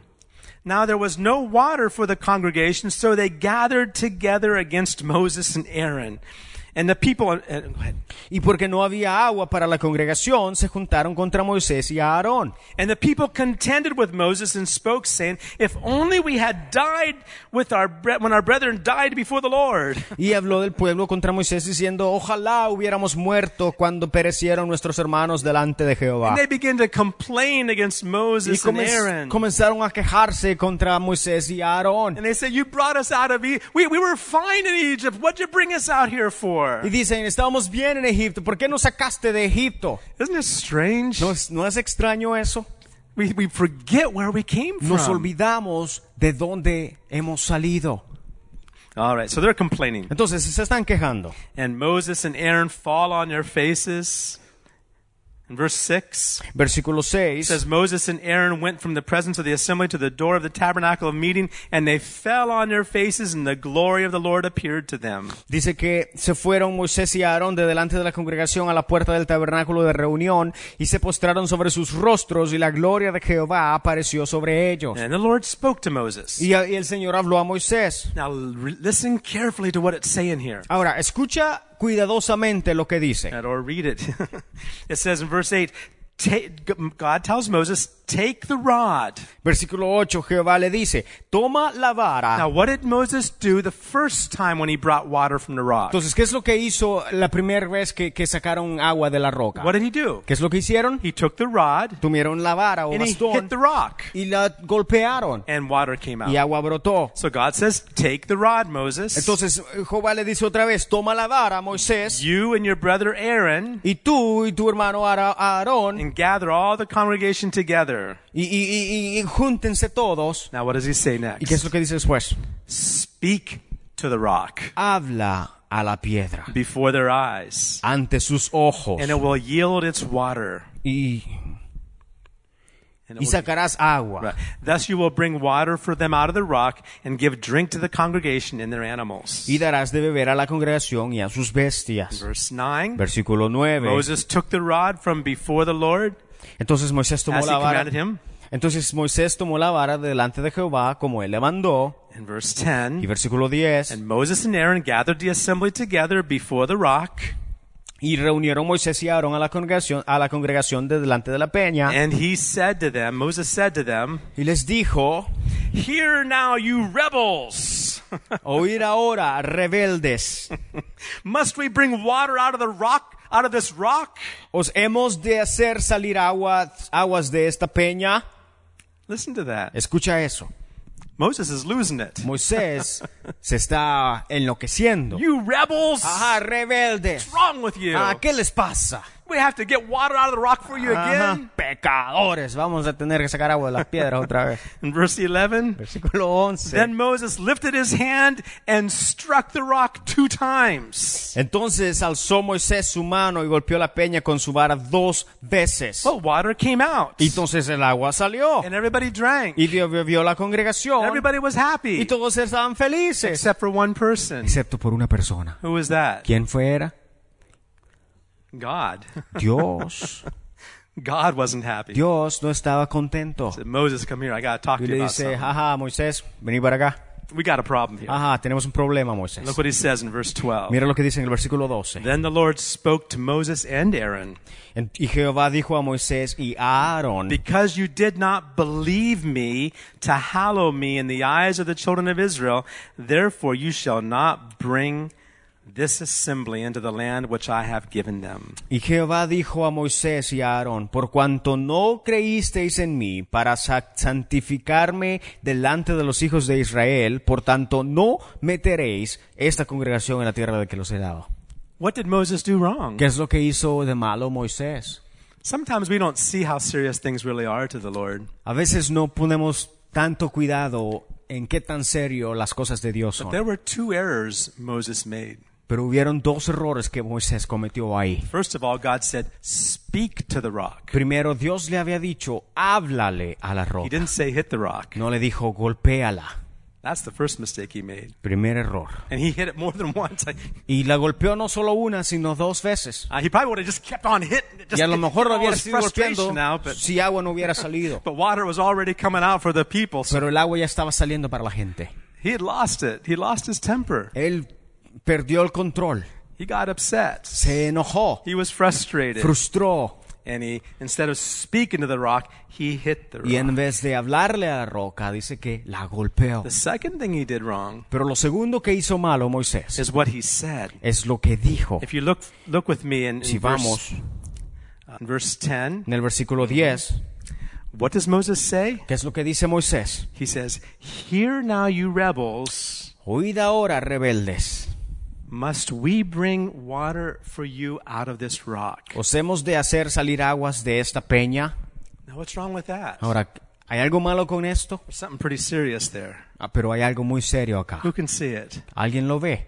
Now there was no water for the congregation, so they gathered together against Moses and Aaron. And the people, and, and- go ahead. y porque no había agua para la congregación, se juntaron contra Moisés y Aarón. And the people contended with Moses and spoke, saying, If only we had died with our bre- when our brethren died before the Lord. Y habló del pueblo contra Moisés diciendo, ojalá hubiéramos muerto cuando perecieron nuestros hermanos delante de Jehová. And they began to complain against Y Moses and comenz- Aaron. comenzaron a quejarse contra Moisés y Aarón. E-, And they say, You brought us out of Egypt. We, we were fine in Egypt. What'd you bring us out here for? Y dicen, estábamos bien en Egipto, ¿por qué nos sacaste de Egipto? Isn't it strange? ¿No es, no es extraño eso? We, we forget where we came Nos from. olvidamos de dónde hemos salido. All right, so they're complaining. Entonces, se están quejando. And Moses and Aaron fall on their faces. In verse 6, it Versículo 6. says, Moses and Aaron went from the presence of the assembly to the door of the tabernacle of meeting, and they fell on their faces, and the glory of the Lord appeared to them. Dice que se fueron Moisés y Aarón de delante de la congregación a la puerta del tabernáculo de reunión y se postraron sobre sus rostros y la gloria de Jehová apareció sobre ellos. And the Lord spoke to Moses. Y, y el Señor habló a Moisés. Now, re- listen carefully to what it's saying here. Ahora, escucha cuidadosamente lo que dice. that or read it. it says in verse 8, "Ta- God tells Moses, take the rod. Versículo 8, Jehová le dice, toma la Now, vara. what did Moses do the first time when he brought water from the rock? Entonces, ¿qué es lo que hizo la primera vez que, que sacaron agua de la roca? What did he do? ¿Qué es lo que hicieron? He took the rod Tuvieron la vara o and he hit bastón the rock, y la golpearon and water came y out. agua brotó. So God says, take the rod, Moses. Entonces Jehová le dice otra vez, toma la vara, Moisés, You and your brother Aaron, y tú y tu hermano Ara- Aarón, and gather all the congregation together. y, y, y- y júntense todos. Now, what does he say ¿Y qué es next? lo que dice después? Speak to the rock Habla a la piedra before their eyes, ante sus ojos and it will yield its water. y, And it y will sacarás agua. Right. Thus you will bring water for them out of the rock and give drink to the congregation and their animals. Y darás de beber a la congregación y a sus bestias. Verse 9. Versículo 9. Moses took the rod from before the Lord Entonces Moisés tomó as he la vara. commanded him. Entonces Moisés tomó la vara delante de Jehová como él le mandó. And verse Y 10. versículo 10. And Moses and Aaron gathered the assembly together before the rock, Y reunieron Moisés y Aarón a la congregación, a la congregación de delante de la peña, and he said to them, Moses said to them, y les dijo, Hear now, you rebels! oír ahora, rebeldes, Must we bring water out of the rock, out of this rock? os hemos de hacer salir aguas, aguas de esta peña. Listen to that. Escucha eso. Moses is losing it. Moisés se está enloqueciendo. You rebels! Ajá, rebeldes. What's wrong with you? Ah, Uh-huh. ¿qué les pasa? We have to get water out of the rock for you again. Ajá, pecadores, vamos a tener que sacar agua de las piedras otra vez. In verse 11, Versículo 11. then Moses lifted his hand and struck the rock two times. Entonces alzó Moisés su mano y golpeó la peña con su vara dos veces. Well, water came out. Y entonces el agua salió. And everybody drank. Y vio, vio- vio la congregación. Everybody was Y happy. todos estaban felices. Except for one person. Excepto por una persona. Who was that? ¿Quién fuera? God. Dios. God wasn't happy. Dios no estaba contento. Said, Moses, come here. I got to talk to Y you le about dice, something. ajá, Moisés, vení para acá. We got a problem here. Ajá, tenemos un problema, Moisés. Look what he says in verse 12. Mira lo que dice en el versículo 12. Then the Lord spoke to Moses and Aaron. En- Y Jehová dijo a Moisés y a Aarón, Because you did not believe me to hallow me in the eyes of the children of Israel, therefore you shall not bring this assembly into the land which I have given them. Y Jehová dijo a Moisés y a Aarón, por cuanto no creísteis en mí para sa- santificarme delante de los hijos de Israel, por tanto no meteréis esta congregación en la tierra de que los he dado. What did Moses do wrong? ¿Qué es lo que hizo de malo Moisés? Sometimes we don't see how serious things really are to the Lord. A veces no ponemos tanto cuidado en qué tan serio las cosas de Dios son. There were two errors Moses made. Pero hubieron dos errores que Moisés cometió ahí. First of all, God said, Speak to the rock. Primero, Dios le había dicho, háblale a la He roca. didn't say, Hit the rock. No le dijo, golpéala. That's the first mistake he made. Primer error. And he hit it more than once. I, Y la golpeó no solo una, sino dos veces. I- he probably would have just kept on hitting it. Just Y a lo get mejor lo all hubiera his sido golpeando frustration out, but- si agua no hubiera salido. But water was already coming out for the people, so Pero el agua ya estaba saliendo para la gente. he had lost it. He lost his temper. Él perdió el control, He got upset. se enojó, He was frustrated. frustró. And he, instead of speaking to the rock, he hit the Y en rock. vez de hablarle a la roca, dice que la golpeó. The second thing he did wrong Pero lo segundo que hizo malo Moisés is what he said. es lo que dijo. If you look, look with me in, in Si verse, vamos uh, in verse 10, en el versículo 10, what does Moses say? ¿qué es lo que dice Moisés? He says, Hear now, you rebels, Oíd ahora, rebeldes, Must we bring water for you out of this rock? ¿Os hemos de hacer salir aguas de esta peña? Now, what's wrong with that? Ahora, ¿hay algo malo con esto? There's something pretty serious there. Ah, pero hay algo muy serio acá. Who can see it? ¿Alguien lo ve?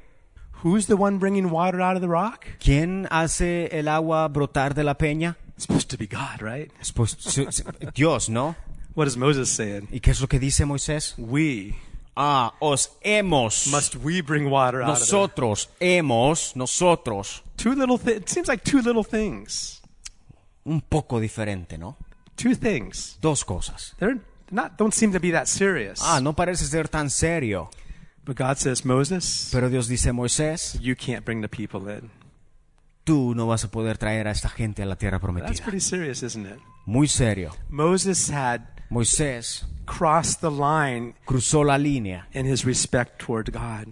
Who's the one bringing water out of the rock? ¿Quién hace el agua brotar de la peña? It's supposed to be God, right? Es pues- su- su- Dios, ¿no? What is Moses saying? ¿Y qué es lo que dice Moisés? We Ah, os hemos. must we bring water out of the Nosotros hemos, nosotros. Two little thi- it seems like two little things. Un poco diferente, ¿no? Two things. Dos cosas. They're not don't seem to be that serious. Ah, no parece ser tan serio. But God says, Moses, Pero Dios dice, Moisés, you can't bring the people in. tú no vas a poder traer a esta gente a la tierra That's prometida. pretty serious, isn't it? Muy serio. Moses had Moisés crossed the line cruzó la línea, in his respect toward God.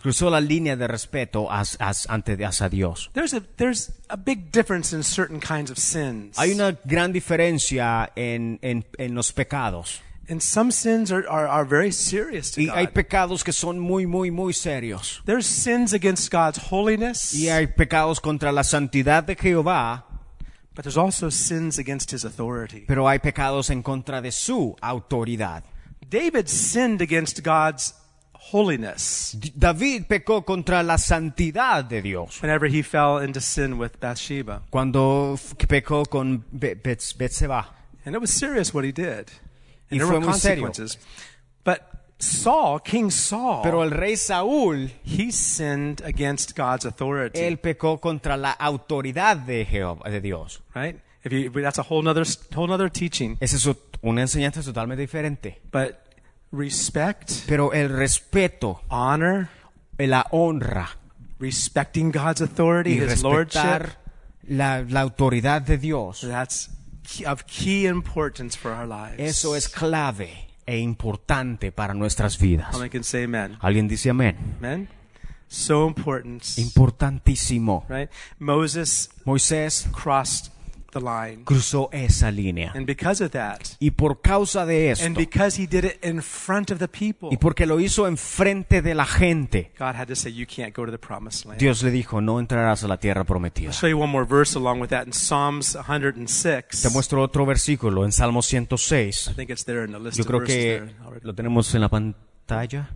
cruzó la línea de respeto as- as- ante hacia Dios. There's a there's a big difference in certain kinds of sins. Hay una gran diferencia en, en- en los pecados. And some sins are, are, are very serious to Y hay God. pecados que son muy, muy, muy serios. There's sins against God's holiness, Y hay pecados contra la santidad de Jehová, but there's also sins against his authority. pero hay pecados en contra de su autoridad. David sinned against God's holiness D- David pecó contra la santidad de Dios. whenever he fell into sin with Bathsheba. Cuando f- pecó con Be- Bets- Betseba. And it was serious what he did. Y And there fue were muy serio. consequences. But Saul, King Saul, Pero el rey Saúl, he sinned against God's authority. él pecó contra la autoridad de, Jehová, de Dios. right? If you, that's a whole nother, whole nother teaching. Esa es ot- una enseñanza totalmente diferente. But respect, Pero el respeto, honor, la honra respecting God's authority, y his lordship, respetar la, la autoridad de Dios, that's key- of key importance for our lives. eso es clave e importante para nuestras vidas. Only can say amen. Alguien dice amén. Amen. So important, Importantísimo. right? Moses Moisés crossed the line. cruzó esa línea. And because of that, Y por causa de and esto, because he did it in front of the people, y porque lo hizo enfrente de la gente, God had to say, You can't go to the promised land. Dios le dijo, no entrarás a la tierra prometida. I'll show you one more verse along with that in Psalms 106. Te muestro otro versículo en Salmo I 106. think it's there in the list Yo of creo verses que there. already. lo tenemos en la pantalla.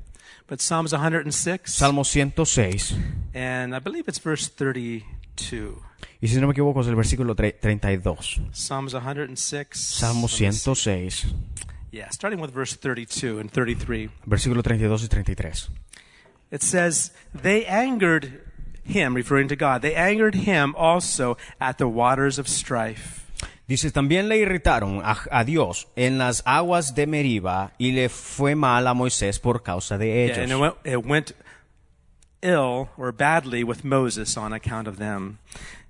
But Psalms 106, Salmo 106. and I believe it's verse 32. Y si no me equivoco es el versículo tre- 32. Psalms 106. Salmo Let me see. 106, Yeah, starting with verse 32 and 33. versículo 32 y 33. It says, They angered him, referring to God, they angered him also at the waters of strife. Dice, también le irritaron a, a Dios en las aguas de Meriba y le fue mal a Moisés por causa de Yeah, and it ellos. went, it went ill or badly with Moses on account of them.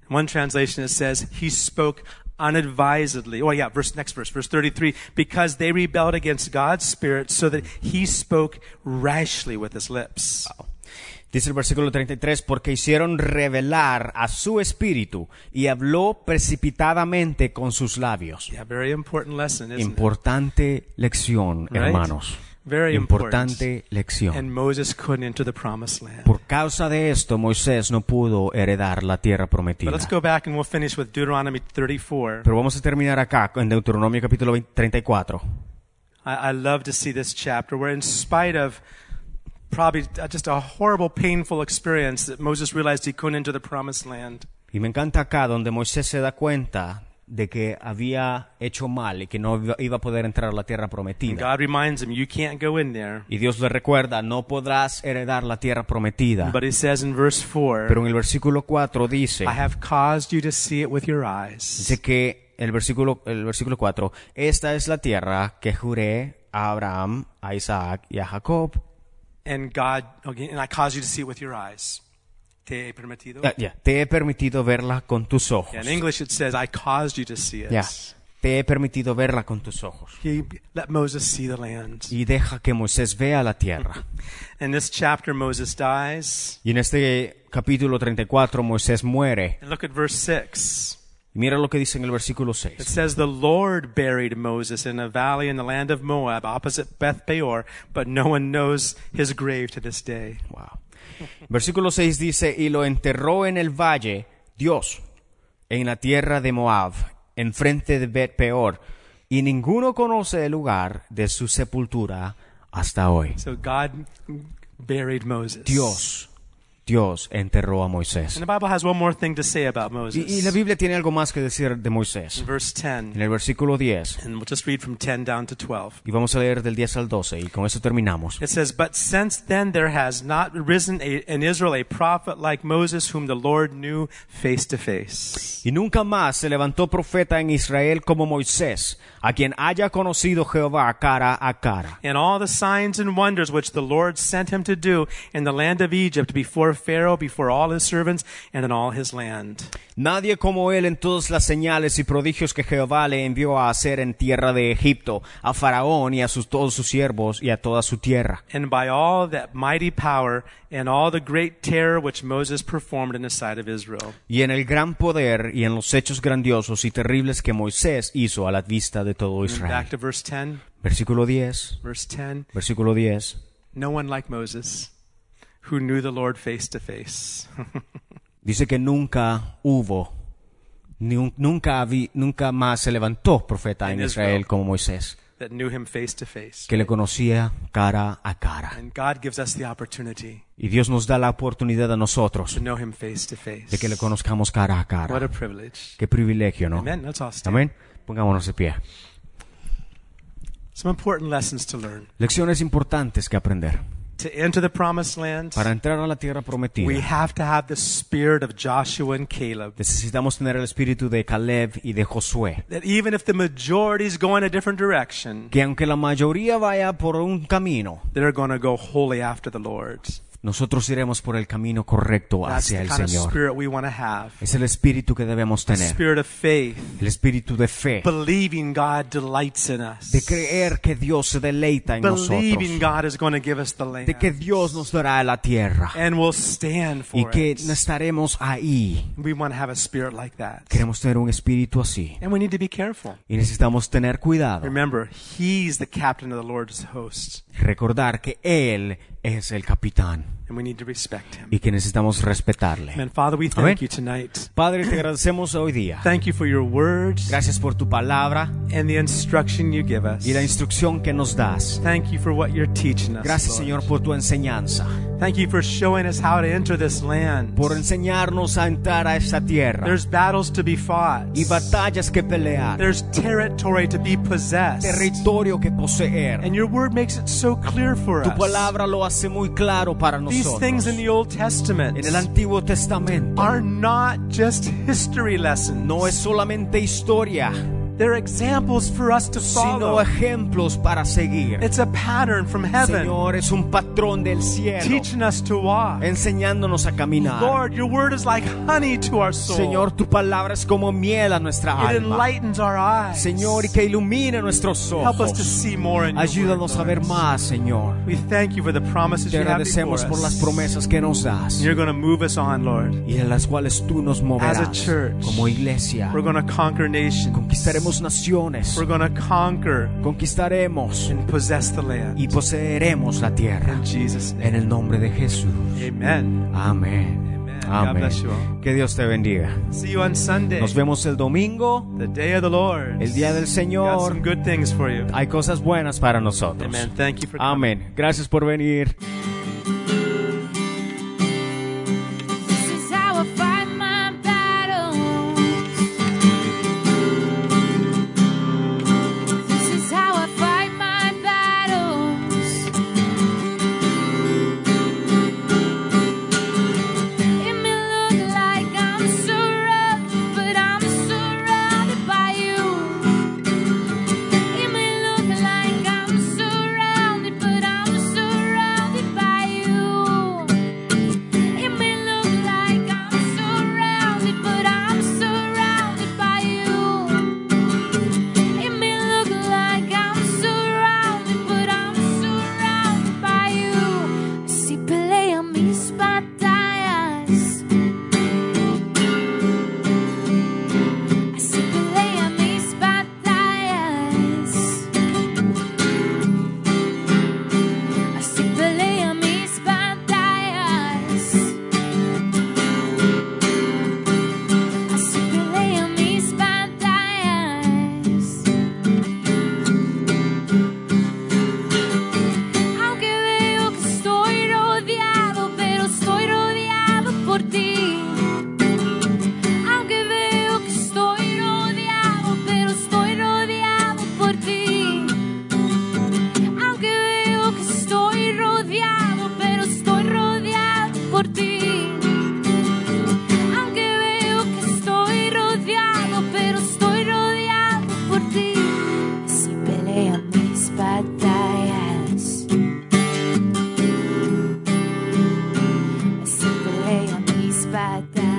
In One translation it says he spoke unadvisedly. Oh yeah, verse next verse, verse 33, because they rebelled against God's spirit so that he spoke rashly with his lips. Dice el versículo 33, porque hicieron revelar a su espíritu y habló precipitadamente con sus labios. Yeah, very important lesson, isn't Importante lección, Right? hermanos. Very Importante it? And lección. Moses couldn't enter the promised land. Por causa de esto, Moisés no pudo heredar la tierra But prometida. let's go back and we'll finish with Deuteronomy 34. Pero vamos a terminar acá en Deuteronomio capítulo 20 34. I, I love to see this chapter where, in spite of probably uh, just a horrible, painful experience, that Moses realized he couldn't enter the promised land. Y me encanta acá donde Moisés se da cuenta de que había hecho mal y que no iba- iba a poder entrar a la tierra And prometida. God reminds him, You can't go in there. Y Dios le recuerda, no podrás heredar la tierra prometida. But he says in verse 4, Pero en el versículo 4 dice, I have caused you to see it with your eyes. dice que el versículo, el versículo 4, esta es la tierra que juré a Abraham, a Isaac y a Jacob. And God, okay, and I caused you to see it with your eyes. Te he permitido. Ah, ya, Te he permitido verla con tus ojos. In English, it says, I caused you to see it. Ya, Te he permitido verla con tus ojos. He let Moses see the land. Y deja que Moisés vea la tierra. In this chapter, Moses dies. Y en este capítulo 34 Moisés muere. And look at verse 6. Y Mira lo que dice en el versículo It 6. says the Lord buried Moses in a valley in the land of Moab opposite Beth Peor, but no one knows his grave to this day. Wow. Versículo 6 dice, y lo enterró en el valle Dios, en la tierra de Moab, enfrente de Bet Peor, y ninguno conoce el lugar de su sepultura hasta hoy. So God buried Moses. Dios, Dios enterró a Moisés. And the Bible has one more thing to say about Moses. Y, y la Biblia tiene algo más que decir de Moisés. Verse En 10. el versículo 10, And we'll just read from 10 down to 12. y vamos a leer del 10 al 12, y con eso terminamos. It says, But since then there has not risen a, in Israel a prophet like Moses, whom the Lord knew face to face. Y nunca más se levantó profeta en Israel como Moisés, a quien haya conocido Jehová cara a cara. And all the signs and wonders which the Lord sent him to do in the land of Egypt before Pharaoh, before all his servants, and in all his land. Nadie como él en todas las señales y prodigios que Jehová le envió a hacer en tierra de Egipto, a Faraón y a sus, todos sus siervos y a toda su tierra. And by all that mighty power and all the great terror which Moses performed in the sight of Israel. Y en el gran poder y en los hechos grandiosos y terribles que Moisés hizo a la vista de todo Israel. Back to verse 10. Versículo 10, Verse 10. versículo 10. No one like Moses who knew the Lord face to face. Dice que nunca hubo, ni un- nunca, habí- nunca más se levantó profeta en En Israel. Israel como Moisés, that knew him face to face. que le conocía cara a cara. And God gives us the opportunity Y Dios nos da la oportunidad a nosotros to know him face to face. de que le Oh. conozcamos cara a What cara. a privilege. Qué privilegio, ¿no? Amen. Let's all stand. Amén. Pongámonos de pie. Some important lessons to learn. Lecciones importantes que aprender. To enter the promised land, Para entrar a la tierra we prometida, have to have the spirit of Joshua and Caleb. necesitamos tener el espíritu de Caleb y de Josué. That even if the majority's going a different direction, Que aunque la mayoría vaya por un camino, they're going to go wholly after the Lord. nosotros iremos por el camino correcto That's hacia the el kind of Señor. spirit we want to have. Es el espíritu que debemos tener, Spirit of faith, el espíritu de fe, believing God delights in us. de creer que Dios se deleita en believing nosotros, God is going to give us the land. de que Dios nos dará la tierra and we'll stand y for que it. estaremos ahí. We want to have a spirit like that. Queremos tener un espíritu así And we need to be careful. y necesitamos tener cuidado, Remember, he's the captain of the Lord's host, recordar que Él es el capitán and we need to respect him. y que necesitamos respetarle. Amen. Father, we Amen. thank you tonight. Padre, te agradecemos hoy día. Thank you for your words Gracias por tu palabra and the instruction you give us. y la instrucción que nos das. Thank you for what you're teaching us. Gracias, Lord. Señor, por tu enseñanza, Thank you for showing us how to enter this land. por enseñarnos a entrar a esta tierra. There's battles to be fought. y batallas que pelear, There's territory to be possessed. territorio que poseer. And your word makes it so clear for Tu us. palabra lo hace muy claro para These things nosotros. in the Old Testament En el Antiguo Testamento are not just history lessons. no es solamente historia, They're examples for us to sino follow. ejemplos para seguir. It's a pattern from heaven Señor, es un patrón del cielo teaching us to walk. enseñándonos a caminar. Lord, your word is like honey to our soul. Señor, tu palabra es como miel a nuestra it alma. enlightens our eyes. Señor, y que ilumine nuestros help us to ojos. see more in your word, Ayúdanos a ver Lord. más, Señor. We thank you for the promises Te you have before agradecemos por las us. promesas que nos das. You're going to move us on, Lord. y en las cuales tú nos As a moverás church, como iglesia. We're going to conquer nations. Conquistaremos naciones, We're going to conquer conquistaremos and possess the land. y poseeremos la tierra. In Jesus' En name. el nombre de Jesús. Amen. Amén. Amen. God Amén. bless you all. Que Dios te bendiga. See you on Sunday. Nos vemos el domingo, The day of the Lord. el día del Got some Señor. good things for you. Hay cosas buenas para nosotros. Amen. Thank you for coming. Amén. Gracias por venir. This is how I fight my battles. This is how I fight my battles. It may look like I'm surrounded, but I'm surrounded by you. It may look like I'm surrounded, but I'm surrounded by like that.